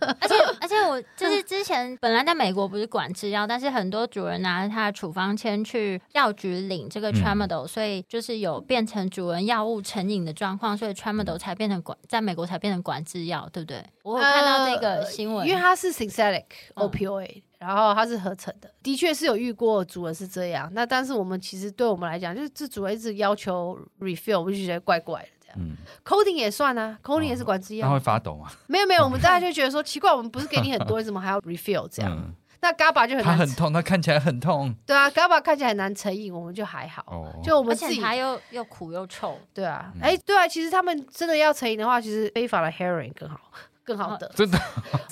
[SPEAKER 1] 而且而且我就是之前本来在美国不是管制药，但是很多主人拿着他的处方签去药局领这个
[SPEAKER 2] 嗯
[SPEAKER 1] tramadol，、所以就是有变成主人药物成瘾的状况，所以 tramadol 才变成管，在美国才变成管制药，对不对？我有看到这个新闻，
[SPEAKER 4] 呃因为它是 synthetic
[SPEAKER 1] 嗯
[SPEAKER 4] opioid，、然后它是合成的，的确是有遇过主人是这样。那但是我们其实对我们来讲，就是这主人一直要求 refill，我们就觉得怪怪的这样。
[SPEAKER 2] 嗯，
[SPEAKER 4] coding 也算啊，coding 也是管制
[SPEAKER 2] 那
[SPEAKER 4] 药。
[SPEAKER 2] 会发抖吗？
[SPEAKER 4] 没有没有，我们大家就觉得说奇怪，我们不是给你很多，为什么还要 refill 这样？
[SPEAKER 2] 嗯，
[SPEAKER 4] 那 GABA 就很
[SPEAKER 2] 它
[SPEAKER 4] 难
[SPEAKER 2] 很痛，它看起来很痛。
[SPEAKER 4] 对啊，GABA 看起来很难成瘾，我们就还好。
[SPEAKER 2] 哦，
[SPEAKER 4] 就我
[SPEAKER 1] 而
[SPEAKER 4] 们自
[SPEAKER 1] 且
[SPEAKER 4] 己
[SPEAKER 1] 它又又苦又臭，
[SPEAKER 4] 对啊
[SPEAKER 2] 嗯，
[SPEAKER 4] 哎、对啊，其实他们真的要成瘾的话，其实非法的 heroin 更好，更好得。
[SPEAKER 2] 真的？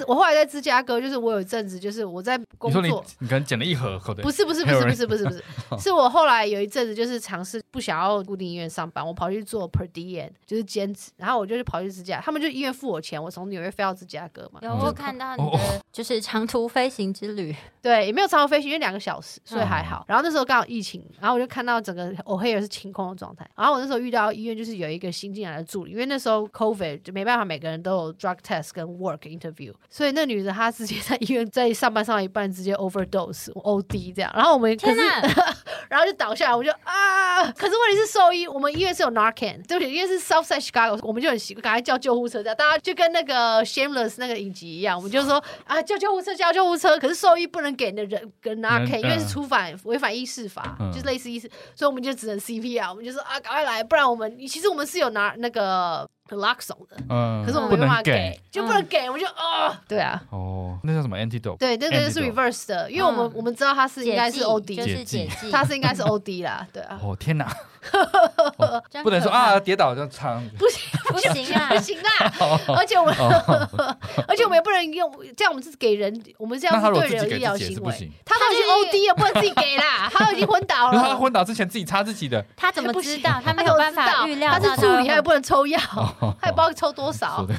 [SPEAKER 4] 我后来在芝加哥，就是我有一阵子，就是我在工
[SPEAKER 2] 你说你
[SPEAKER 4] 作，
[SPEAKER 2] 你可能捡了一盒口袋，
[SPEAKER 4] 不是不是不是不是不 是不是，是我后来有一阵子就是尝试不想要固定医院上班，我跑去做 per diem，就是兼职，然后我就是跑去芝加，他们就医院付我钱，我从纽约飞到芝加哥嘛，
[SPEAKER 1] 有我有看到你
[SPEAKER 2] 哦
[SPEAKER 1] 的就是长途飞行之 旅，
[SPEAKER 4] 对，也没有长途飞行，因为两个小时，
[SPEAKER 1] 嗯
[SPEAKER 4] 所以还好。然后那时候刚好疫情，然后我就看到整个 O'Hare 是清空的状态。然后我那时候遇到医院，就是有一个新进来的助理，因为那时候 COVID 就没办法，每个人都有 drug test 跟 work interview，所以那女的她直接在医院在上班上到一半直接 overdose OD 这样。然后我们可
[SPEAKER 1] 天
[SPEAKER 4] 是
[SPEAKER 1] 哪！
[SPEAKER 4] 然后就倒下来，我就啊！可是问题是兽医，我们医院是有 Narcan，对不起，因为是 Southside Chicago，我们就很习惯，赶快叫救护车这样，大家就跟那个 Shameless 那个影集一样，我们就说啊，叫救护车，叫救护车。可是兽医不能给那人跟 Narcan，
[SPEAKER 2] 嗯
[SPEAKER 4] 因为是触犯违反医事法，
[SPEAKER 2] 嗯
[SPEAKER 4] 就是类似医事，所以我们就只能 CPR，我们就说啊，赶快来，不然我们其实我们是有拿那个 Naloxone 的，
[SPEAKER 2] 嗯，
[SPEAKER 4] 可是我们
[SPEAKER 2] 不
[SPEAKER 4] 没办
[SPEAKER 2] 能
[SPEAKER 4] 法
[SPEAKER 2] 给
[SPEAKER 4] 给，。就不能
[SPEAKER 1] 嗯
[SPEAKER 4] 给，我们就啊，对啊。
[SPEAKER 2] 哦，那叫什么 antidote？
[SPEAKER 4] 对，那个是
[SPEAKER 2] Antidote
[SPEAKER 4] reverse 的，因为我们、
[SPEAKER 1] 嗯
[SPEAKER 4] 我们知道它是应该是
[SPEAKER 1] 解剂 就
[SPEAKER 4] OD，
[SPEAKER 1] 是解
[SPEAKER 2] 解
[SPEAKER 1] 剂，
[SPEAKER 4] 它是应该是 OD 啦，对啊。
[SPEAKER 2] 哦天哪，
[SPEAKER 1] 真
[SPEAKER 2] 不能说
[SPEAKER 1] 可怕
[SPEAKER 2] 啊，跌倒就唱。
[SPEAKER 4] 不行，不
[SPEAKER 1] 不 行啊
[SPEAKER 4] 不！行啊！而且我们， 而且我们也不能用，这样我们是给人，我们这样
[SPEAKER 5] 哦那他
[SPEAKER 4] 是
[SPEAKER 5] 如果
[SPEAKER 4] 对
[SPEAKER 5] 自己
[SPEAKER 4] 人有
[SPEAKER 5] 给
[SPEAKER 4] 医疗
[SPEAKER 5] 自己也是
[SPEAKER 4] 行
[SPEAKER 5] 不
[SPEAKER 4] 为
[SPEAKER 5] 行。。
[SPEAKER 4] 他都已经
[SPEAKER 1] 他就是
[SPEAKER 4] OD 也不能自己 给啦，他都已经昏倒
[SPEAKER 5] 因为他
[SPEAKER 4] 了。
[SPEAKER 5] 昏倒之前自己擦自己的，
[SPEAKER 1] 他怎么知道？他没
[SPEAKER 4] 怎
[SPEAKER 1] 有
[SPEAKER 4] 么
[SPEAKER 1] 办
[SPEAKER 4] 知
[SPEAKER 1] 法
[SPEAKER 4] 道
[SPEAKER 1] 预料
[SPEAKER 4] 他
[SPEAKER 1] 到
[SPEAKER 4] 是助理，
[SPEAKER 1] 会
[SPEAKER 4] 他又不能抽药，
[SPEAKER 5] 哦
[SPEAKER 4] 他也不知道抽多少
[SPEAKER 5] 说。的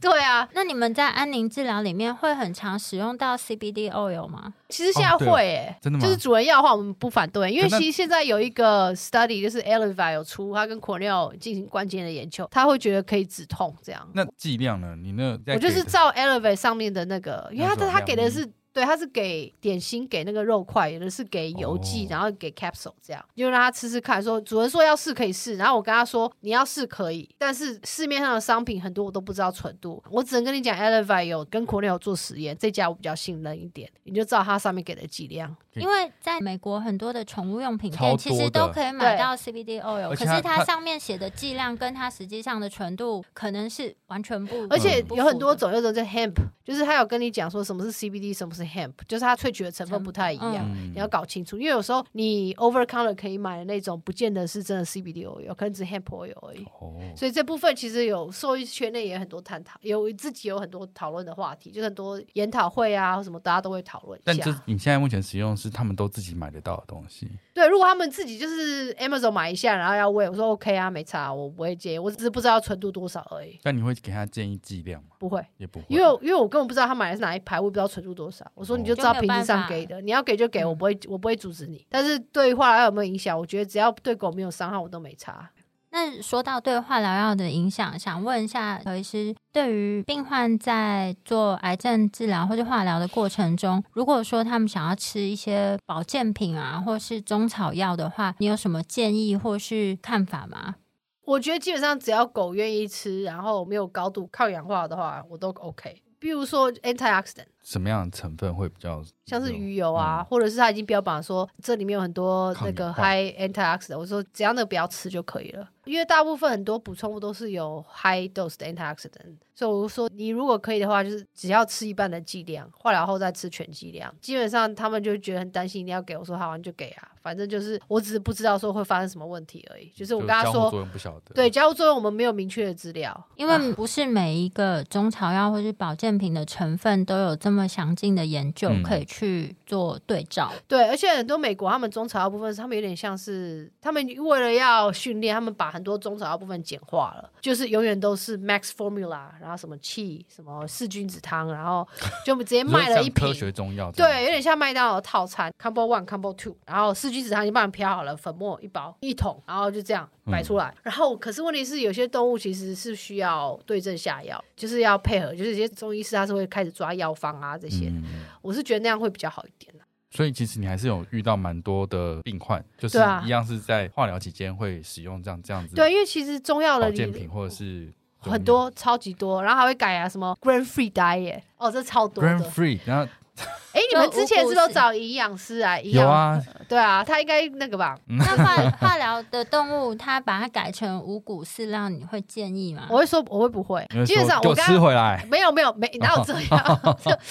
[SPEAKER 4] 对啊，
[SPEAKER 1] 那你们在安宁治疗里面会很常使用到 CBD oil 吗？
[SPEAKER 4] 其实现在
[SPEAKER 5] 哦对
[SPEAKER 4] 会诶，
[SPEAKER 5] 真的吗
[SPEAKER 4] 就是主人要的话，我们不反对，因为
[SPEAKER 5] 可那
[SPEAKER 4] 其实现在有一个 study，就是 e l i v a 有出，他跟 Cornell 进行关键的研究，他会觉得可以止痛这样。
[SPEAKER 5] 那剂量呢？你那
[SPEAKER 4] 我就是照 e l i v a 上面的那个，因为他
[SPEAKER 5] 那种
[SPEAKER 4] 他给的
[SPEAKER 5] 量
[SPEAKER 4] 是。对，他是给点心，给那个肉块，有的是给油
[SPEAKER 5] 哦
[SPEAKER 4] 剂，然后给 capsule 这样，就让他吃吃看。说主人说要试可以试，然后我跟他说你要试可以，但是市面上的商品很多我都不知道纯度，我只能跟你讲 e l i v a 有跟国内有做实验，这家我比较信任一点，你就知道它上面给的剂量。
[SPEAKER 5] 对
[SPEAKER 1] 因为在美国很多的宠物用品
[SPEAKER 5] 超多
[SPEAKER 1] 店
[SPEAKER 5] 的
[SPEAKER 1] 其实都可以买
[SPEAKER 4] 对
[SPEAKER 1] 到 CBD oil，
[SPEAKER 5] 而
[SPEAKER 1] 可
[SPEAKER 5] 且它
[SPEAKER 1] 是它
[SPEAKER 5] 它
[SPEAKER 1] 上面写的剂量跟它实际上的纯度可能是完全不，嗯
[SPEAKER 4] 而且
[SPEAKER 1] 不符
[SPEAKER 4] 有很多
[SPEAKER 1] 的。
[SPEAKER 4] 种，有一种叫 hemp，就是他有跟你讲说什么是 CBD，什么是 hemp，就是它萃取的成分不太一样，
[SPEAKER 5] 嗯
[SPEAKER 4] 你要搞清楚。因为有时候你 over counter 可以买的那种，不见得是真的 CBD oil，可能只是 hemp oil 而已。
[SPEAKER 5] 哦，
[SPEAKER 4] 所以这部分其实有兽医圈内也很多探讨，有自己有很多讨论的话题，就是很多研讨会啊或什么，大家都会讨论
[SPEAKER 5] 但
[SPEAKER 4] 一
[SPEAKER 5] 这
[SPEAKER 4] 下。
[SPEAKER 5] 你现在目前使用的是他们都自己买得到的东西，
[SPEAKER 4] 对，如果他们自己就是 Amazon 买一下，然后要喂，我说 OK 啊，没差，我不会介意，我只是不知道纯度多少而已，
[SPEAKER 5] 但你会给他建议剂量吗？
[SPEAKER 4] 不会。
[SPEAKER 5] 也不会，
[SPEAKER 4] 因为我因为我根本不知道他买的是哪一排，我也不知道纯度多少。我说
[SPEAKER 5] 哦
[SPEAKER 4] 你就知道瓶子上给的，你要给就
[SPEAKER 5] 嗯
[SPEAKER 4] 给，我不会我不会阻止你。但是对化疗药有没有影响？我觉得只要对狗没有伤害，我都没差。
[SPEAKER 1] 那说到对化疗药的影响，想问一下何医师，对于病患在做癌症治疗或是化疗的过程中，如果说他们想要吃一些保健品啊，或是中草药的话，你有什么建议或是看法吗？
[SPEAKER 4] 我觉得基本上只要狗愿意吃，然后没有高度抗氧化的话，我都 OK。比如说 antioxidant，
[SPEAKER 5] 什么样的成分会比较
[SPEAKER 4] 像是
[SPEAKER 5] 有
[SPEAKER 4] 鱼油啊，
[SPEAKER 5] 嗯
[SPEAKER 4] 或者是它已经标榜说这里面有很多那个
[SPEAKER 5] 抗
[SPEAKER 4] high antioxidant，我说只要那个不要吃就可以了，因为大部分很多补充物都是有 high dose 的 antioxidant，所以我说你如果可以的话，就是只要吃一半的剂量，化疗后再吃全剂量，基本上他们就觉得很担心，一定要给我说好，你就给啊，反正就是我只是不知道说会发生什么问题而已，就是我跟他
[SPEAKER 5] 就交互
[SPEAKER 4] 说。
[SPEAKER 5] 作用不晓得，
[SPEAKER 4] 对，加入作用我们没有明确的资料，
[SPEAKER 1] 因为不是每一个中草药或是保健品的成分都有这么详尽的研究
[SPEAKER 5] 嗯
[SPEAKER 1] 可以去做对照。
[SPEAKER 4] 对，而且很多美国他们中草药部分，他们有点像是他们为了要训练，他们把很多中草药部分简化了，就是永远都是 max formula，然后什么气，什么四君子汤，然后就直接
[SPEAKER 5] 你说
[SPEAKER 4] 卖了
[SPEAKER 5] 像
[SPEAKER 4] 一瓶
[SPEAKER 5] 科。学中药这样子，
[SPEAKER 4] 对，有点像麦当劳套餐，combo one、combo two，然后四君子汤已经帮你漂好了，粉末一包一桶，然后就这样摆
[SPEAKER 5] 嗯
[SPEAKER 4] 出来。然后，可是问题是，有些动物其实是需要对症下药，就是要配合，就是有些中医师他是会开始抓药方啊这些。
[SPEAKER 5] 嗯，
[SPEAKER 4] 我是觉得那样会比较好一点。
[SPEAKER 5] 所以其实你还是有遇到蛮多的病患，就是
[SPEAKER 4] 对啊
[SPEAKER 5] 一样是在化疗期间会使用这样这样子
[SPEAKER 4] 对，因为其实中药的
[SPEAKER 5] 保
[SPEAKER 4] 理
[SPEAKER 5] 健品或者是中药
[SPEAKER 4] 很多，超级多，然后还会改啊什么 grain free diet，哦，这超多
[SPEAKER 5] g r a n
[SPEAKER 4] 的。
[SPEAKER 5] free，然后
[SPEAKER 4] 哎，你们之前是不是有找营养师啊？营养
[SPEAKER 5] 有，啊， 嗯
[SPEAKER 4] 对啊，他应该那个吧？
[SPEAKER 1] 那化化疗的动物，它把它改成五谷饲料，你会建议吗？
[SPEAKER 4] 我会说我会不会？基本上
[SPEAKER 5] 给
[SPEAKER 4] 我
[SPEAKER 5] 我
[SPEAKER 4] 刚
[SPEAKER 5] 吃回来，
[SPEAKER 4] 没有没有没哪有这样，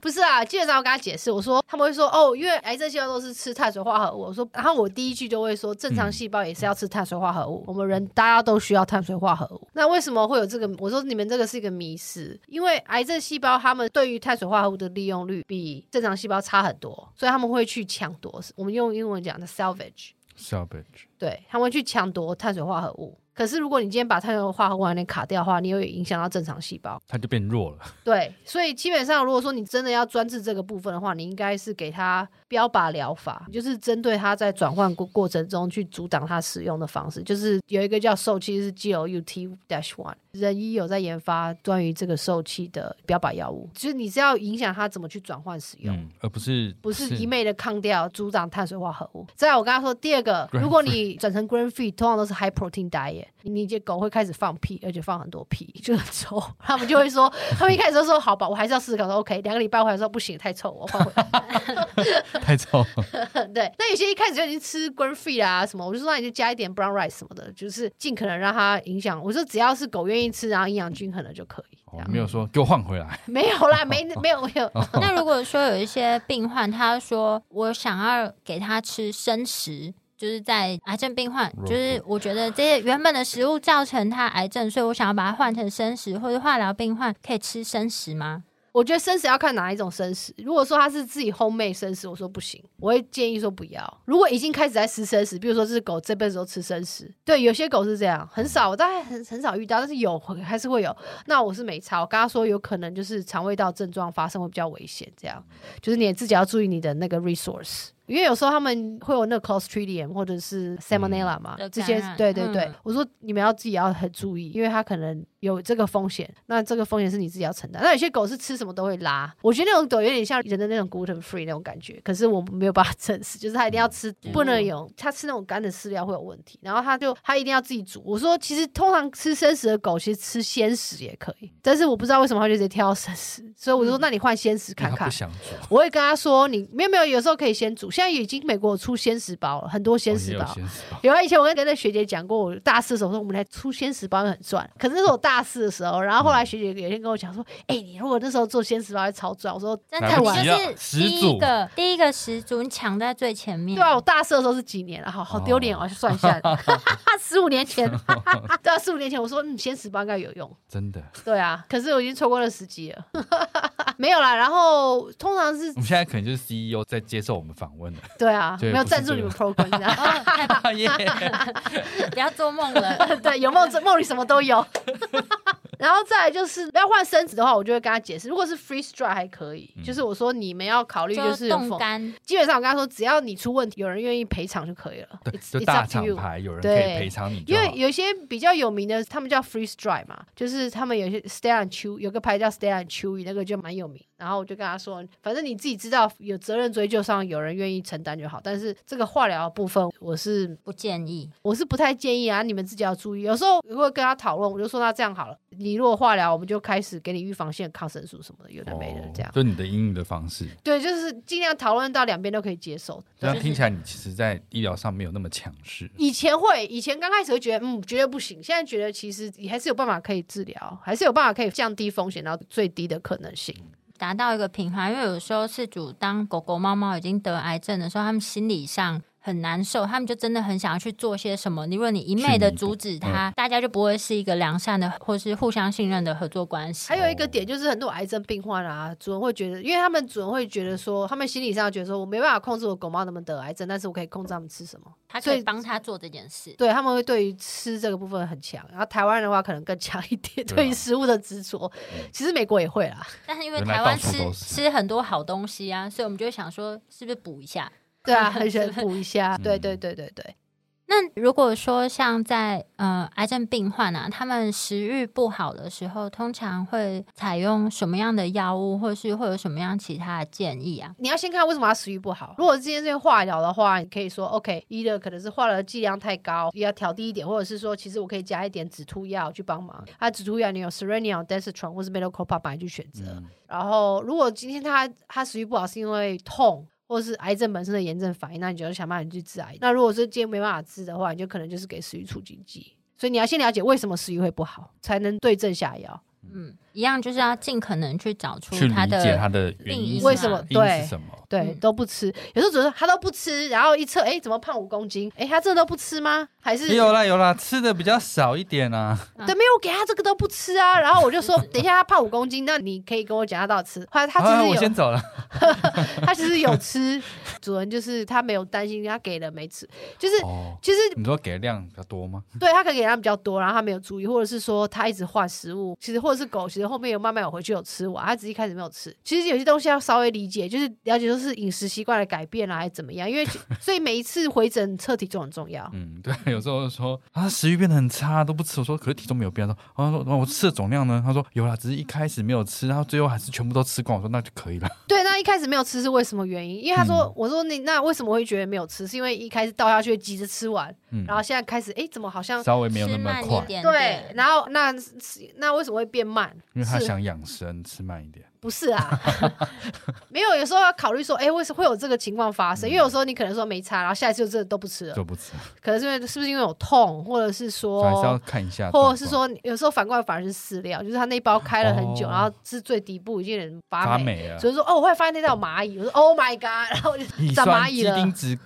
[SPEAKER 4] 不是啊。基本上我跟他解释，我说他们会说哦，因为癌症细胞都是吃碳水化合物。我说，然后我第一句就会说，正常细胞也是要吃碳水化合物，我们人大家都需要碳水化合物。那为什么会有这个？我说你们这个是一个迷失，因为癌症细胞它们对于碳水化合物的利用率比正常细胞差很多，所以他们会去抢夺。我们用英文讲的 salvage。
[SPEAKER 5] 小 bitch，
[SPEAKER 4] 对，他们会去抢夺碳水化合物。可是如果你今天把碳水化合物完全卡掉的话，你又影响到正常细胞。
[SPEAKER 5] 它就变弱了，
[SPEAKER 4] 对，所以基本上，如果说你真的要专治这个部分的话，你应该是给他标靶疗法，就是针对他在转换过过程中去阻挡他使用的方式，就是有一个叫受气，是 GLUT dash one，人医有在研发关于这个受气的标靶药物，就是你是要影响他怎么去转换使用。
[SPEAKER 5] 嗯，而不是
[SPEAKER 4] 不是一昧的抗掉阻挡碳水化合物。再来，我刚刚说第二个，
[SPEAKER 5] Grain
[SPEAKER 4] 如果你转成 grain free，通常都是 high protein diet，你这狗会开始放屁，而且放很多屁， 就很臭。他们就会说， 他们一开始都说好吧，我还是要试试看。我说 OK，两个礼拜回来说不行，太臭，我放回来。
[SPEAKER 5] 太臭，
[SPEAKER 4] 对，那有些一开始就已经吃 grain free 啦、什么，我就说那你就加一点 brown rice 什么的，就是尽可能让它影响。我说只要是狗愿意吃，然后营养均衡的就可以。 这
[SPEAKER 5] 哦
[SPEAKER 4] 样
[SPEAKER 5] 没有说给我换回来，
[SPEAKER 4] 没有啦，没没有没有，
[SPEAKER 1] 那如果说有一些病患，他说我想要给他吃生食，就是在癌症病患，
[SPEAKER 5] Raw
[SPEAKER 1] 就是我觉得这些原本的食物造成他癌症，所以我想要把它换成生食，或者化疗病患可以吃生食吗？
[SPEAKER 4] 我觉得生食要看哪一种生食。如果说他是自己 homemade 生食，我说不行，我会建议说不要。如果已经开始在吃生食，比如说这只狗这辈子都吃生食，对，有些狗是这样，很少，我大概很很少遇到，但是有还是会有。那我是没差，我跟他说有可能就是肠胃道症状发生会比较危险，这样就是你也自己要注意你的那个 resource。因为有时候他们会有那个 Clostridium 或者是 Salmonella 嘛，
[SPEAKER 1] 的嗯
[SPEAKER 4] 这
[SPEAKER 1] 感
[SPEAKER 4] 些
[SPEAKER 1] 染
[SPEAKER 4] 对对对，
[SPEAKER 1] 嗯
[SPEAKER 4] 我说你们要自己要很注意，因为它可能有这个风险，那这个风险是你自己要承担。那有些狗是吃什么都会拉，我觉得那种狗有点像人的那种 gluten free 那种感觉，可是我没有办法 证实，就是它一定要吃，
[SPEAKER 5] 嗯
[SPEAKER 4] 不能有它吃那种干的饲料会有问题，然后它就它一定要自己煮。我说其实通常吃生食的狗，其实吃鲜食也可以，但是我不知道为什么它就直接挑生食，所以我就说那你换鲜食看
[SPEAKER 5] 因为他嗯
[SPEAKER 4] 看
[SPEAKER 5] 不。想煮，
[SPEAKER 4] 我会跟他说，你没有没有，有时候可以先煮。现在已经美国有出鲜食包了，很多
[SPEAKER 5] 哦
[SPEAKER 4] 鲜
[SPEAKER 5] 也
[SPEAKER 4] 食
[SPEAKER 5] 有
[SPEAKER 4] 包。
[SPEAKER 5] 鲜食包，
[SPEAKER 4] 有啊，以前我跟跟那学姐讲过，我大四的时候我说我们来出鲜食包很赚，可是那是我大四的时候，然后后来学姐有一天跟我讲说，哎、你如果那时候做鲜食包会超赚，我说
[SPEAKER 1] 真
[SPEAKER 5] 来
[SPEAKER 1] 的，
[SPEAKER 5] 不
[SPEAKER 1] 你
[SPEAKER 5] 及了
[SPEAKER 1] 就是第
[SPEAKER 5] 始
[SPEAKER 1] 一
[SPEAKER 5] 祖
[SPEAKER 1] 个第一个始祖，你抢在最前
[SPEAKER 5] 嗯
[SPEAKER 1] 面。
[SPEAKER 4] 对啊，我大四的时候是几年了，好好丢脸哦，我去算一下， 十五年前，对啊，十五年前我说嗯，鲜食包应该有用，
[SPEAKER 5] 真的。
[SPEAKER 4] 对啊，可是我已经错过了时机了， 没有啦，然后通常是
[SPEAKER 5] 我们现在可能就是 CEO 在接受我们访问了，
[SPEAKER 4] 对啊，
[SPEAKER 5] 对
[SPEAKER 4] 没有
[SPEAKER 5] 不是
[SPEAKER 4] 赞助
[SPEAKER 5] 这
[SPEAKER 4] 你们
[SPEAKER 5] 个
[SPEAKER 4] program，你知道吗
[SPEAKER 5] 耶！
[SPEAKER 1] 不要做梦了。
[SPEAKER 4] 对，有梦梦里什么都有。 然后再来就是要换生纸的话，我就会跟他解释，如果是 freeze dry 还可以，
[SPEAKER 5] 嗯
[SPEAKER 4] 就是我说你们要考虑就是
[SPEAKER 1] 就
[SPEAKER 4] 有
[SPEAKER 1] 冻
[SPEAKER 4] 风
[SPEAKER 1] 干，
[SPEAKER 4] 基本上我跟他说，只要你出问题，有人愿意赔偿就可以了。
[SPEAKER 5] 对，
[SPEAKER 4] It's-
[SPEAKER 5] 就
[SPEAKER 4] it's
[SPEAKER 5] 大
[SPEAKER 4] up to
[SPEAKER 5] 厂
[SPEAKER 4] you
[SPEAKER 5] 牌有人可以
[SPEAKER 4] 对
[SPEAKER 5] 赔偿你就
[SPEAKER 4] 因
[SPEAKER 5] 好，
[SPEAKER 4] 为有一些比较有名的，他们叫 freeze dry 嘛，就是他们有一些 stay on chew，有个牌叫 stay on chew，那个就蛮有名。然后我就跟他说，反正你自己知道有责任追究上，有人愿意承担就好。但是这个化疗的部分，我是
[SPEAKER 1] 不建议。
[SPEAKER 4] 我是不太建议啊，你们自己要注意。有时候我会跟他讨论，我就说那这样好了，你如果化疗，我们就开始给你预防性的抗生素什么的，有的没的
[SPEAKER 5] 哦
[SPEAKER 4] 这样。
[SPEAKER 5] 就你的阴影的方式。
[SPEAKER 4] 对，就是尽量讨论到两边都可以接受。
[SPEAKER 5] 这样听起来，你其实，在医疗上没有那么强势。
[SPEAKER 4] 以前会，以前刚开始会觉得嗯绝对不行，现在觉得其实你还是有办法可以治疗，还是有办法可以降低风险到最低的可能性。
[SPEAKER 1] 达到一个平衡，因为有时候饲主当狗狗、猫猫已经得癌症的时候，他们心理上很难受，他们就真的很想要去做些什么。如果你一昧的阻止他，
[SPEAKER 5] 嗯
[SPEAKER 1] 大家就不会是一个良善的或是互相信任的合作关系
[SPEAKER 4] 还。有一个点就是，很多癌症病患啊，主人会觉得，因为他们主人会觉得说，他们心理上觉得说我没办法控制我狗猫能不能得癌症，但是我可以控制它们吃什么。
[SPEAKER 1] 他
[SPEAKER 4] 所
[SPEAKER 1] 可
[SPEAKER 4] 以
[SPEAKER 1] 以帮他做这件事。
[SPEAKER 4] 对他们会对于吃这个部分很强，然后台湾的话可能更强一点，
[SPEAKER 5] 对啊嗯
[SPEAKER 4] 对于食物的执着。其实美国也会啦，
[SPEAKER 1] 但是因为
[SPEAKER 5] 原来
[SPEAKER 1] 台湾
[SPEAKER 5] 到处
[SPEAKER 1] 吃
[SPEAKER 5] 都是
[SPEAKER 1] 吃很多好东西啊，所以我们就会想说，是不是补一下？
[SPEAKER 4] 对啊，很喜欢补一 下。对
[SPEAKER 5] 嗯
[SPEAKER 4] 对对对对，
[SPEAKER 1] 那如果说像在呃癌症病患啊，他们食欲不好的时候，通常会采用什么样的药物，或是会有什么样其他的建议啊？
[SPEAKER 4] 你要先看为什么他食欲不好。如果今天这个化疗的话，你可以说 OK，一的可能是化疗剂量太高，也要调低一点，或者是说其实我可以加一点止吐药去帮忙。啊，止吐药你有 Serenial、Desitron 或是 Metoclopramide 本来去选
[SPEAKER 5] 嗯
[SPEAKER 4] 择。然后，如果今天他他食欲不好是因为痛，或是癌症本身的炎症反应，那你就要想办法去治癌。那如果是今天没办法治的话，你就可能就是给食欲促进剂。所以你要先了解为什么食欲会不好，才能对症下药。
[SPEAKER 1] 嗯，一样就是要尽可能去找
[SPEAKER 4] 嗯
[SPEAKER 1] 出
[SPEAKER 5] 去理
[SPEAKER 1] 他
[SPEAKER 5] 解
[SPEAKER 1] 的
[SPEAKER 5] 它的原因是，
[SPEAKER 1] 为什
[SPEAKER 4] 么
[SPEAKER 5] 因
[SPEAKER 4] 对
[SPEAKER 5] 是什么？
[SPEAKER 4] 对，
[SPEAKER 1] 嗯
[SPEAKER 4] 都不吃，有时候主要是他都不吃，然后一测，哎，怎么胖五公斤？哎，他这都不吃吗？还是
[SPEAKER 5] 也哎有啦有啦，吃的比较少一点啊。
[SPEAKER 4] 对，没有给他这个都不吃啊？然后我 就说，等一下他胖五公斤，那你可以跟我讲他到底吃。后来他其
[SPEAKER 5] 啊
[SPEAKER 4] 实有、
[SPEAKER 5] 我先 走了。
[SPEAKER 4] 他其实有吃，主人就是他没有担心他给了没吃，就是、
[SPEAKER 5] 哦，
[SPEAKER 4] 其实
[SPEAKER 5] 你说给的量比较多吗？
[SPEAKER 4] 对他可以给他比较多，然后他没有注意，或者是说他一直换食物，其实或者是狗，其实后面有慢慢有回去有吃完，他只是一开始没有吃。其实有些东西要稍微理解，就是了解就是饮食习惯的改变啦，啊还是怎么样？因为所以每一次回诊测体重很重要。
[SPEAKER 5] 嗯，对，有时候说啊，食欲变得很差，都不吃。我说可是体重没有变。他说啊，我说我吃的总量呢？他说有啦，只是一开始没有吃，然后最后还是全部都吃光。我说那就可以 了。
[SPEAKER 4] 对，那一开始没有吃是为什么原因？因为他说，
[SPEAKER 5] 嗯
[SPEAKER 4] 我说你那为什么会觉得没有吃？是因为一开始倒下去急着吃完，
[SPEAKER 5] 嗯，
[SPEAKER 4] 然后现在开始哎，诶怎么好像
[SPEAKER 5] 稍微没有
[SPEAKER 1] 吃
[SPEAKER 5] 那么
[SPEAKER 1] 慢一
[SPEAKER 5] 快，
[SPEAKER 1] 点
[SPEAKER 4] 对，
[SPEAKER 1] 点。
[SPEAKER 4] 然后那那为什么会变慢？
[SPEAKER 5] 因为他
[SPEAKER 4] 是
[SPEAKER 5] 想养生，吃慢一点。
[SPEAKER 4] 不是啊， 没有，有时候要考虑说，哎、为什么会有这个情况发生？因为有时候你可能说没差，然后下一次就真的都不吃了，
[SPEAKER 5] 嗯就不吃，
[SPEAKER 4] 可能是因为是不是因为有痛，或者是
[SPEAKER 5] 所以还是要
[SPEAKER 4] 说，
[SPEAKER 5] 看一下状
[SPEAKER 4] 或
[SPEAKER 5] 况，
[SPEAKER 4] 者是说，有时候反过来反而是饲料，就是他那一包开了很久，
[SPEAKER 5] 哦
[SPEAKER 4] 然后是最底部已经有点发
[SPEAKER 5] 发
[SPEAKER 4] 霉。
[SPEAKER 5] 霉了，啊
[SPEAKER 4] 哦所以说哦，我会发现那道蚂蚁，我说 Oh my god，然后我就
[SPEAKER 5] 乙
[SPEAKER 4] 长
[SPEAKER 5] 酸
[SPEAKER 4] 蚂蚁
[SPEAKER 5] 基
[SPEAKER 4] 了
[SPEAKER 5] 丁酯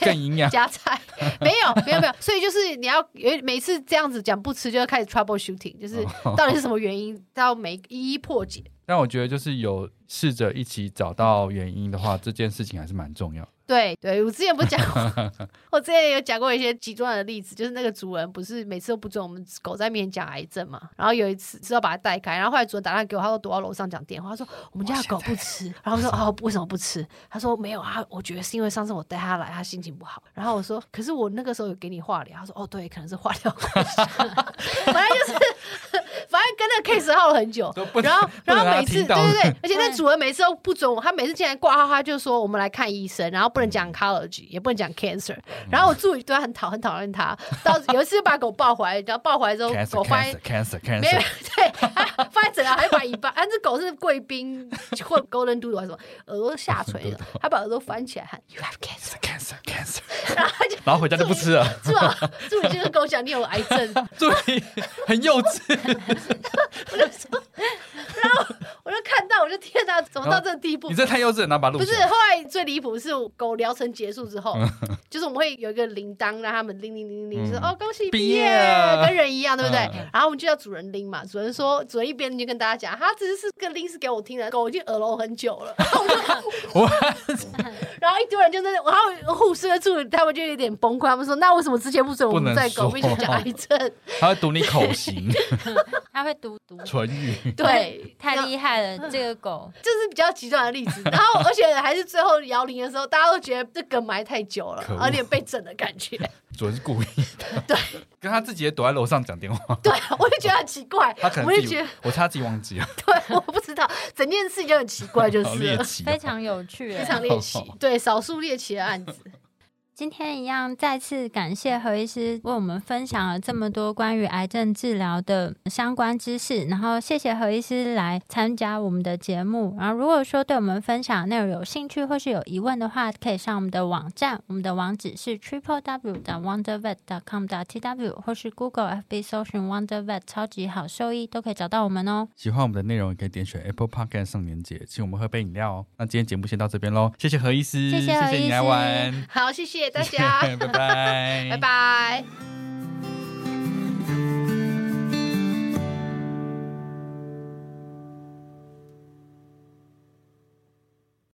[SPEAKER 2] 更营 养。
[SPEAKER 4] 加菜没有没有没有，所以就是你要有每次这样子讲不吃，就要开始 trouble shooting，就是
[SPEAKER 5] 哦
[SPEAKER 4] 到底是什么原因，到每一一破解。
[SPEAKER 2] 但我觉得就是有试着一起找到原因的话，这件事情还是蛮重要的。
[SPEAKER 4] 对对，我之前不是讲过，我之前有讲过一些极端的例子，就是那个主人不是每次都不准我们狗在面前讲癌症嘛，然后有一次知道把它带开，然后后来主人打电话给我，他说躲到楼上讲电话，他说我们家的狗不吃，然后我说哦为什么不吃？他说没有啊，我觉得是因为上次我带它来，它心情不好，然后我说可是我那个时候有给你化疗，他说哦对，可能是化疗 关系，反正就是 反正跟那个 case 耗了很 久，
[SPEAKER 2] 都不能
[SPEAKER 4] 然后，
[SPEAKER 2] 不
[SPEAKER 4] 然
[SPEAKER 2] 能
[SPEAKER 4] 后
[SPEAKER 2] 让他
[SPEAKER 4] 每次对
[SPEAKER 2] 听到
[SPEAKER 4] 对对，而且那
[SPEAKER 1] 对
[SPEAKER 4] 主人每次都不准我，他每次进来挂号，他就说我们来看医生，然后不能
[SPEAKER 2] 嗯
[SPEAKER 4] 讲 oncology，也不能讲 cancer。然后我助理对他很讨很讨厌他，到有一次就把狗抱回来，然后抱回来之后，狗
[SPEAKER 2] cancer
[SPEAKER 4] 发现
[SPEAKER 2] cancer cancer
[SPEAKER 4] 没有
[SPEAKER 2] cancer，
[SPEAKER 4] 对，他放在诊疗还把尾巴，啊，这狗是贵宾或 golden doodle 还是什么，耳 朵下垂了，他把耳朵翻起来喊 you have cancer，
[SPEAKER 2] cancer cancer，
[SPEAKER 4] 然后他就
[SPEAKER 2] 然后回家就不吃 了，
[SPEAKER 4] 助理助理就是跟我讲你有癌症，
[SPEAKER 2] 注意，很幼稚。
[SPEAKER 4] 我就看到我就天哪，怎么到这个地步
[SPEAKER 2] 你？这太幼稚了，然后把它
[SPEAKER 4] 不
[SPEAKER 2] 录
[SPEAKER 4] 是
[SPEAKER 2] 起，来
[SPEAKER 4] 后来最离谱是狗疗程结束之后， 就是我们会有一个铃铛，让他们铃铃铃铃，
[SPEAKER 2] 嗯
[SPEAKER 4] 说哦恭喜
[SPEAKER 2] 毕
[SPEAKER 4] 毕
[SPEAKER 2] 业
[SPEAKER 4] 业
[SPEAKER 2] 了，
[SPEAKER 4] 跟人一样，对不对
[SPEAKER 2] 嗯？
[SPEAKER 4] 然后我们就叫主人拎嘛，主人说主人一边拎就跟大家讲，他只是这个拎是给我听的，狗已经耳聋很久了。
[SPEAKER 2] 我
[SPEAKER 4] 然后一堆人就在那，然后护士跟助理他们就有点崩溃，他们说那为什么之前不准我
[SPEAKER 2] 不
[SPEAKER 4] 们
[SPEAKER 2] 能
[SPEAKER 4] 在狗
[SPEAKER 2] 说
[SPEAKER 4] 面前讲癌症？
[SPEAKER 2] 还会读你口型、
[SPEAKER 1] 它会读读，
[SPEAKER 2] 唇 语，
[SPEAKER 4] 对，
[SPEAKER 1] 太
[SPEAKER 4] 然后
[SPEAKER 1] 厉害了，这个狗。
[SPEAKER 4] 这是比较极端的例子。然后而且还是最后摇铃的时候，大家都觉得这梗埋太久了
[SPEAKER 2] 可，恶
[SPEAKER 4] 有点被整的感觉。
[SPEAKER 2] 主要是故意。
[SPEAKER 4] 对，
[SPEAKER 2] 跟他自己也躲在楼上讲电话，
[SPEAKER 4] 对，我就觉得很奇怪
[SPEAKER 2] 他可，能
[SPEAKER 4] 我就
[SPEAKER 2] 自己
[SPEAKER 4] 觉得，
[SPEAKER 2] 我差自己忘记了，
[SPEAKER 4] 对，我不知道，整件事情就很奇怪，就
[SPEAKER 2] 好
[SPEAKER 4] 是
[SPEAKER 2] 猎
[SPEAKER 4] 了
[SPEAKER 2] 奇哦，
[SPEAKER 1] 非常有趣、
[SPEAKER 4] 非
[SPEAKER 1] 欸。
[SPEAKER 4] 常猎奇，对，少数猎奇的案子，
[SPEAKER 1] 今天一样，再次感谢何医师为我们分享了这么多关于癌症治疗的相关知识，然后谢谢何医师来参加我们的节目。然后如果说对我们分享的内容有兴趣或是有疑问的话，可以上我们的网站，我们的网址是 triple w 的 wondervet com 的 t w 或是 Google FB 搜寻 wondervet 超级好兽医都可以找到我们哦。
[SPEAKER 2] 喜欢我们的内容，也可以点选 Apple Podcast 上连接，请我们喝杯饮料哦。那今天节目先到这边喽，谢谢何医师，
[SPEAKER 1] 谢谢
[SPEAKER 2] 谢
[SPEAKER 1] 何医
[SPEAKER 2] 你来
[SPEAKER 1] 师
[SPEAKER 2] 玩，
[SPEAKER 4] 好，谢谢大家，
[SPEAKER 2] 拜拜，
[SPEAKER 4] 拜。拜。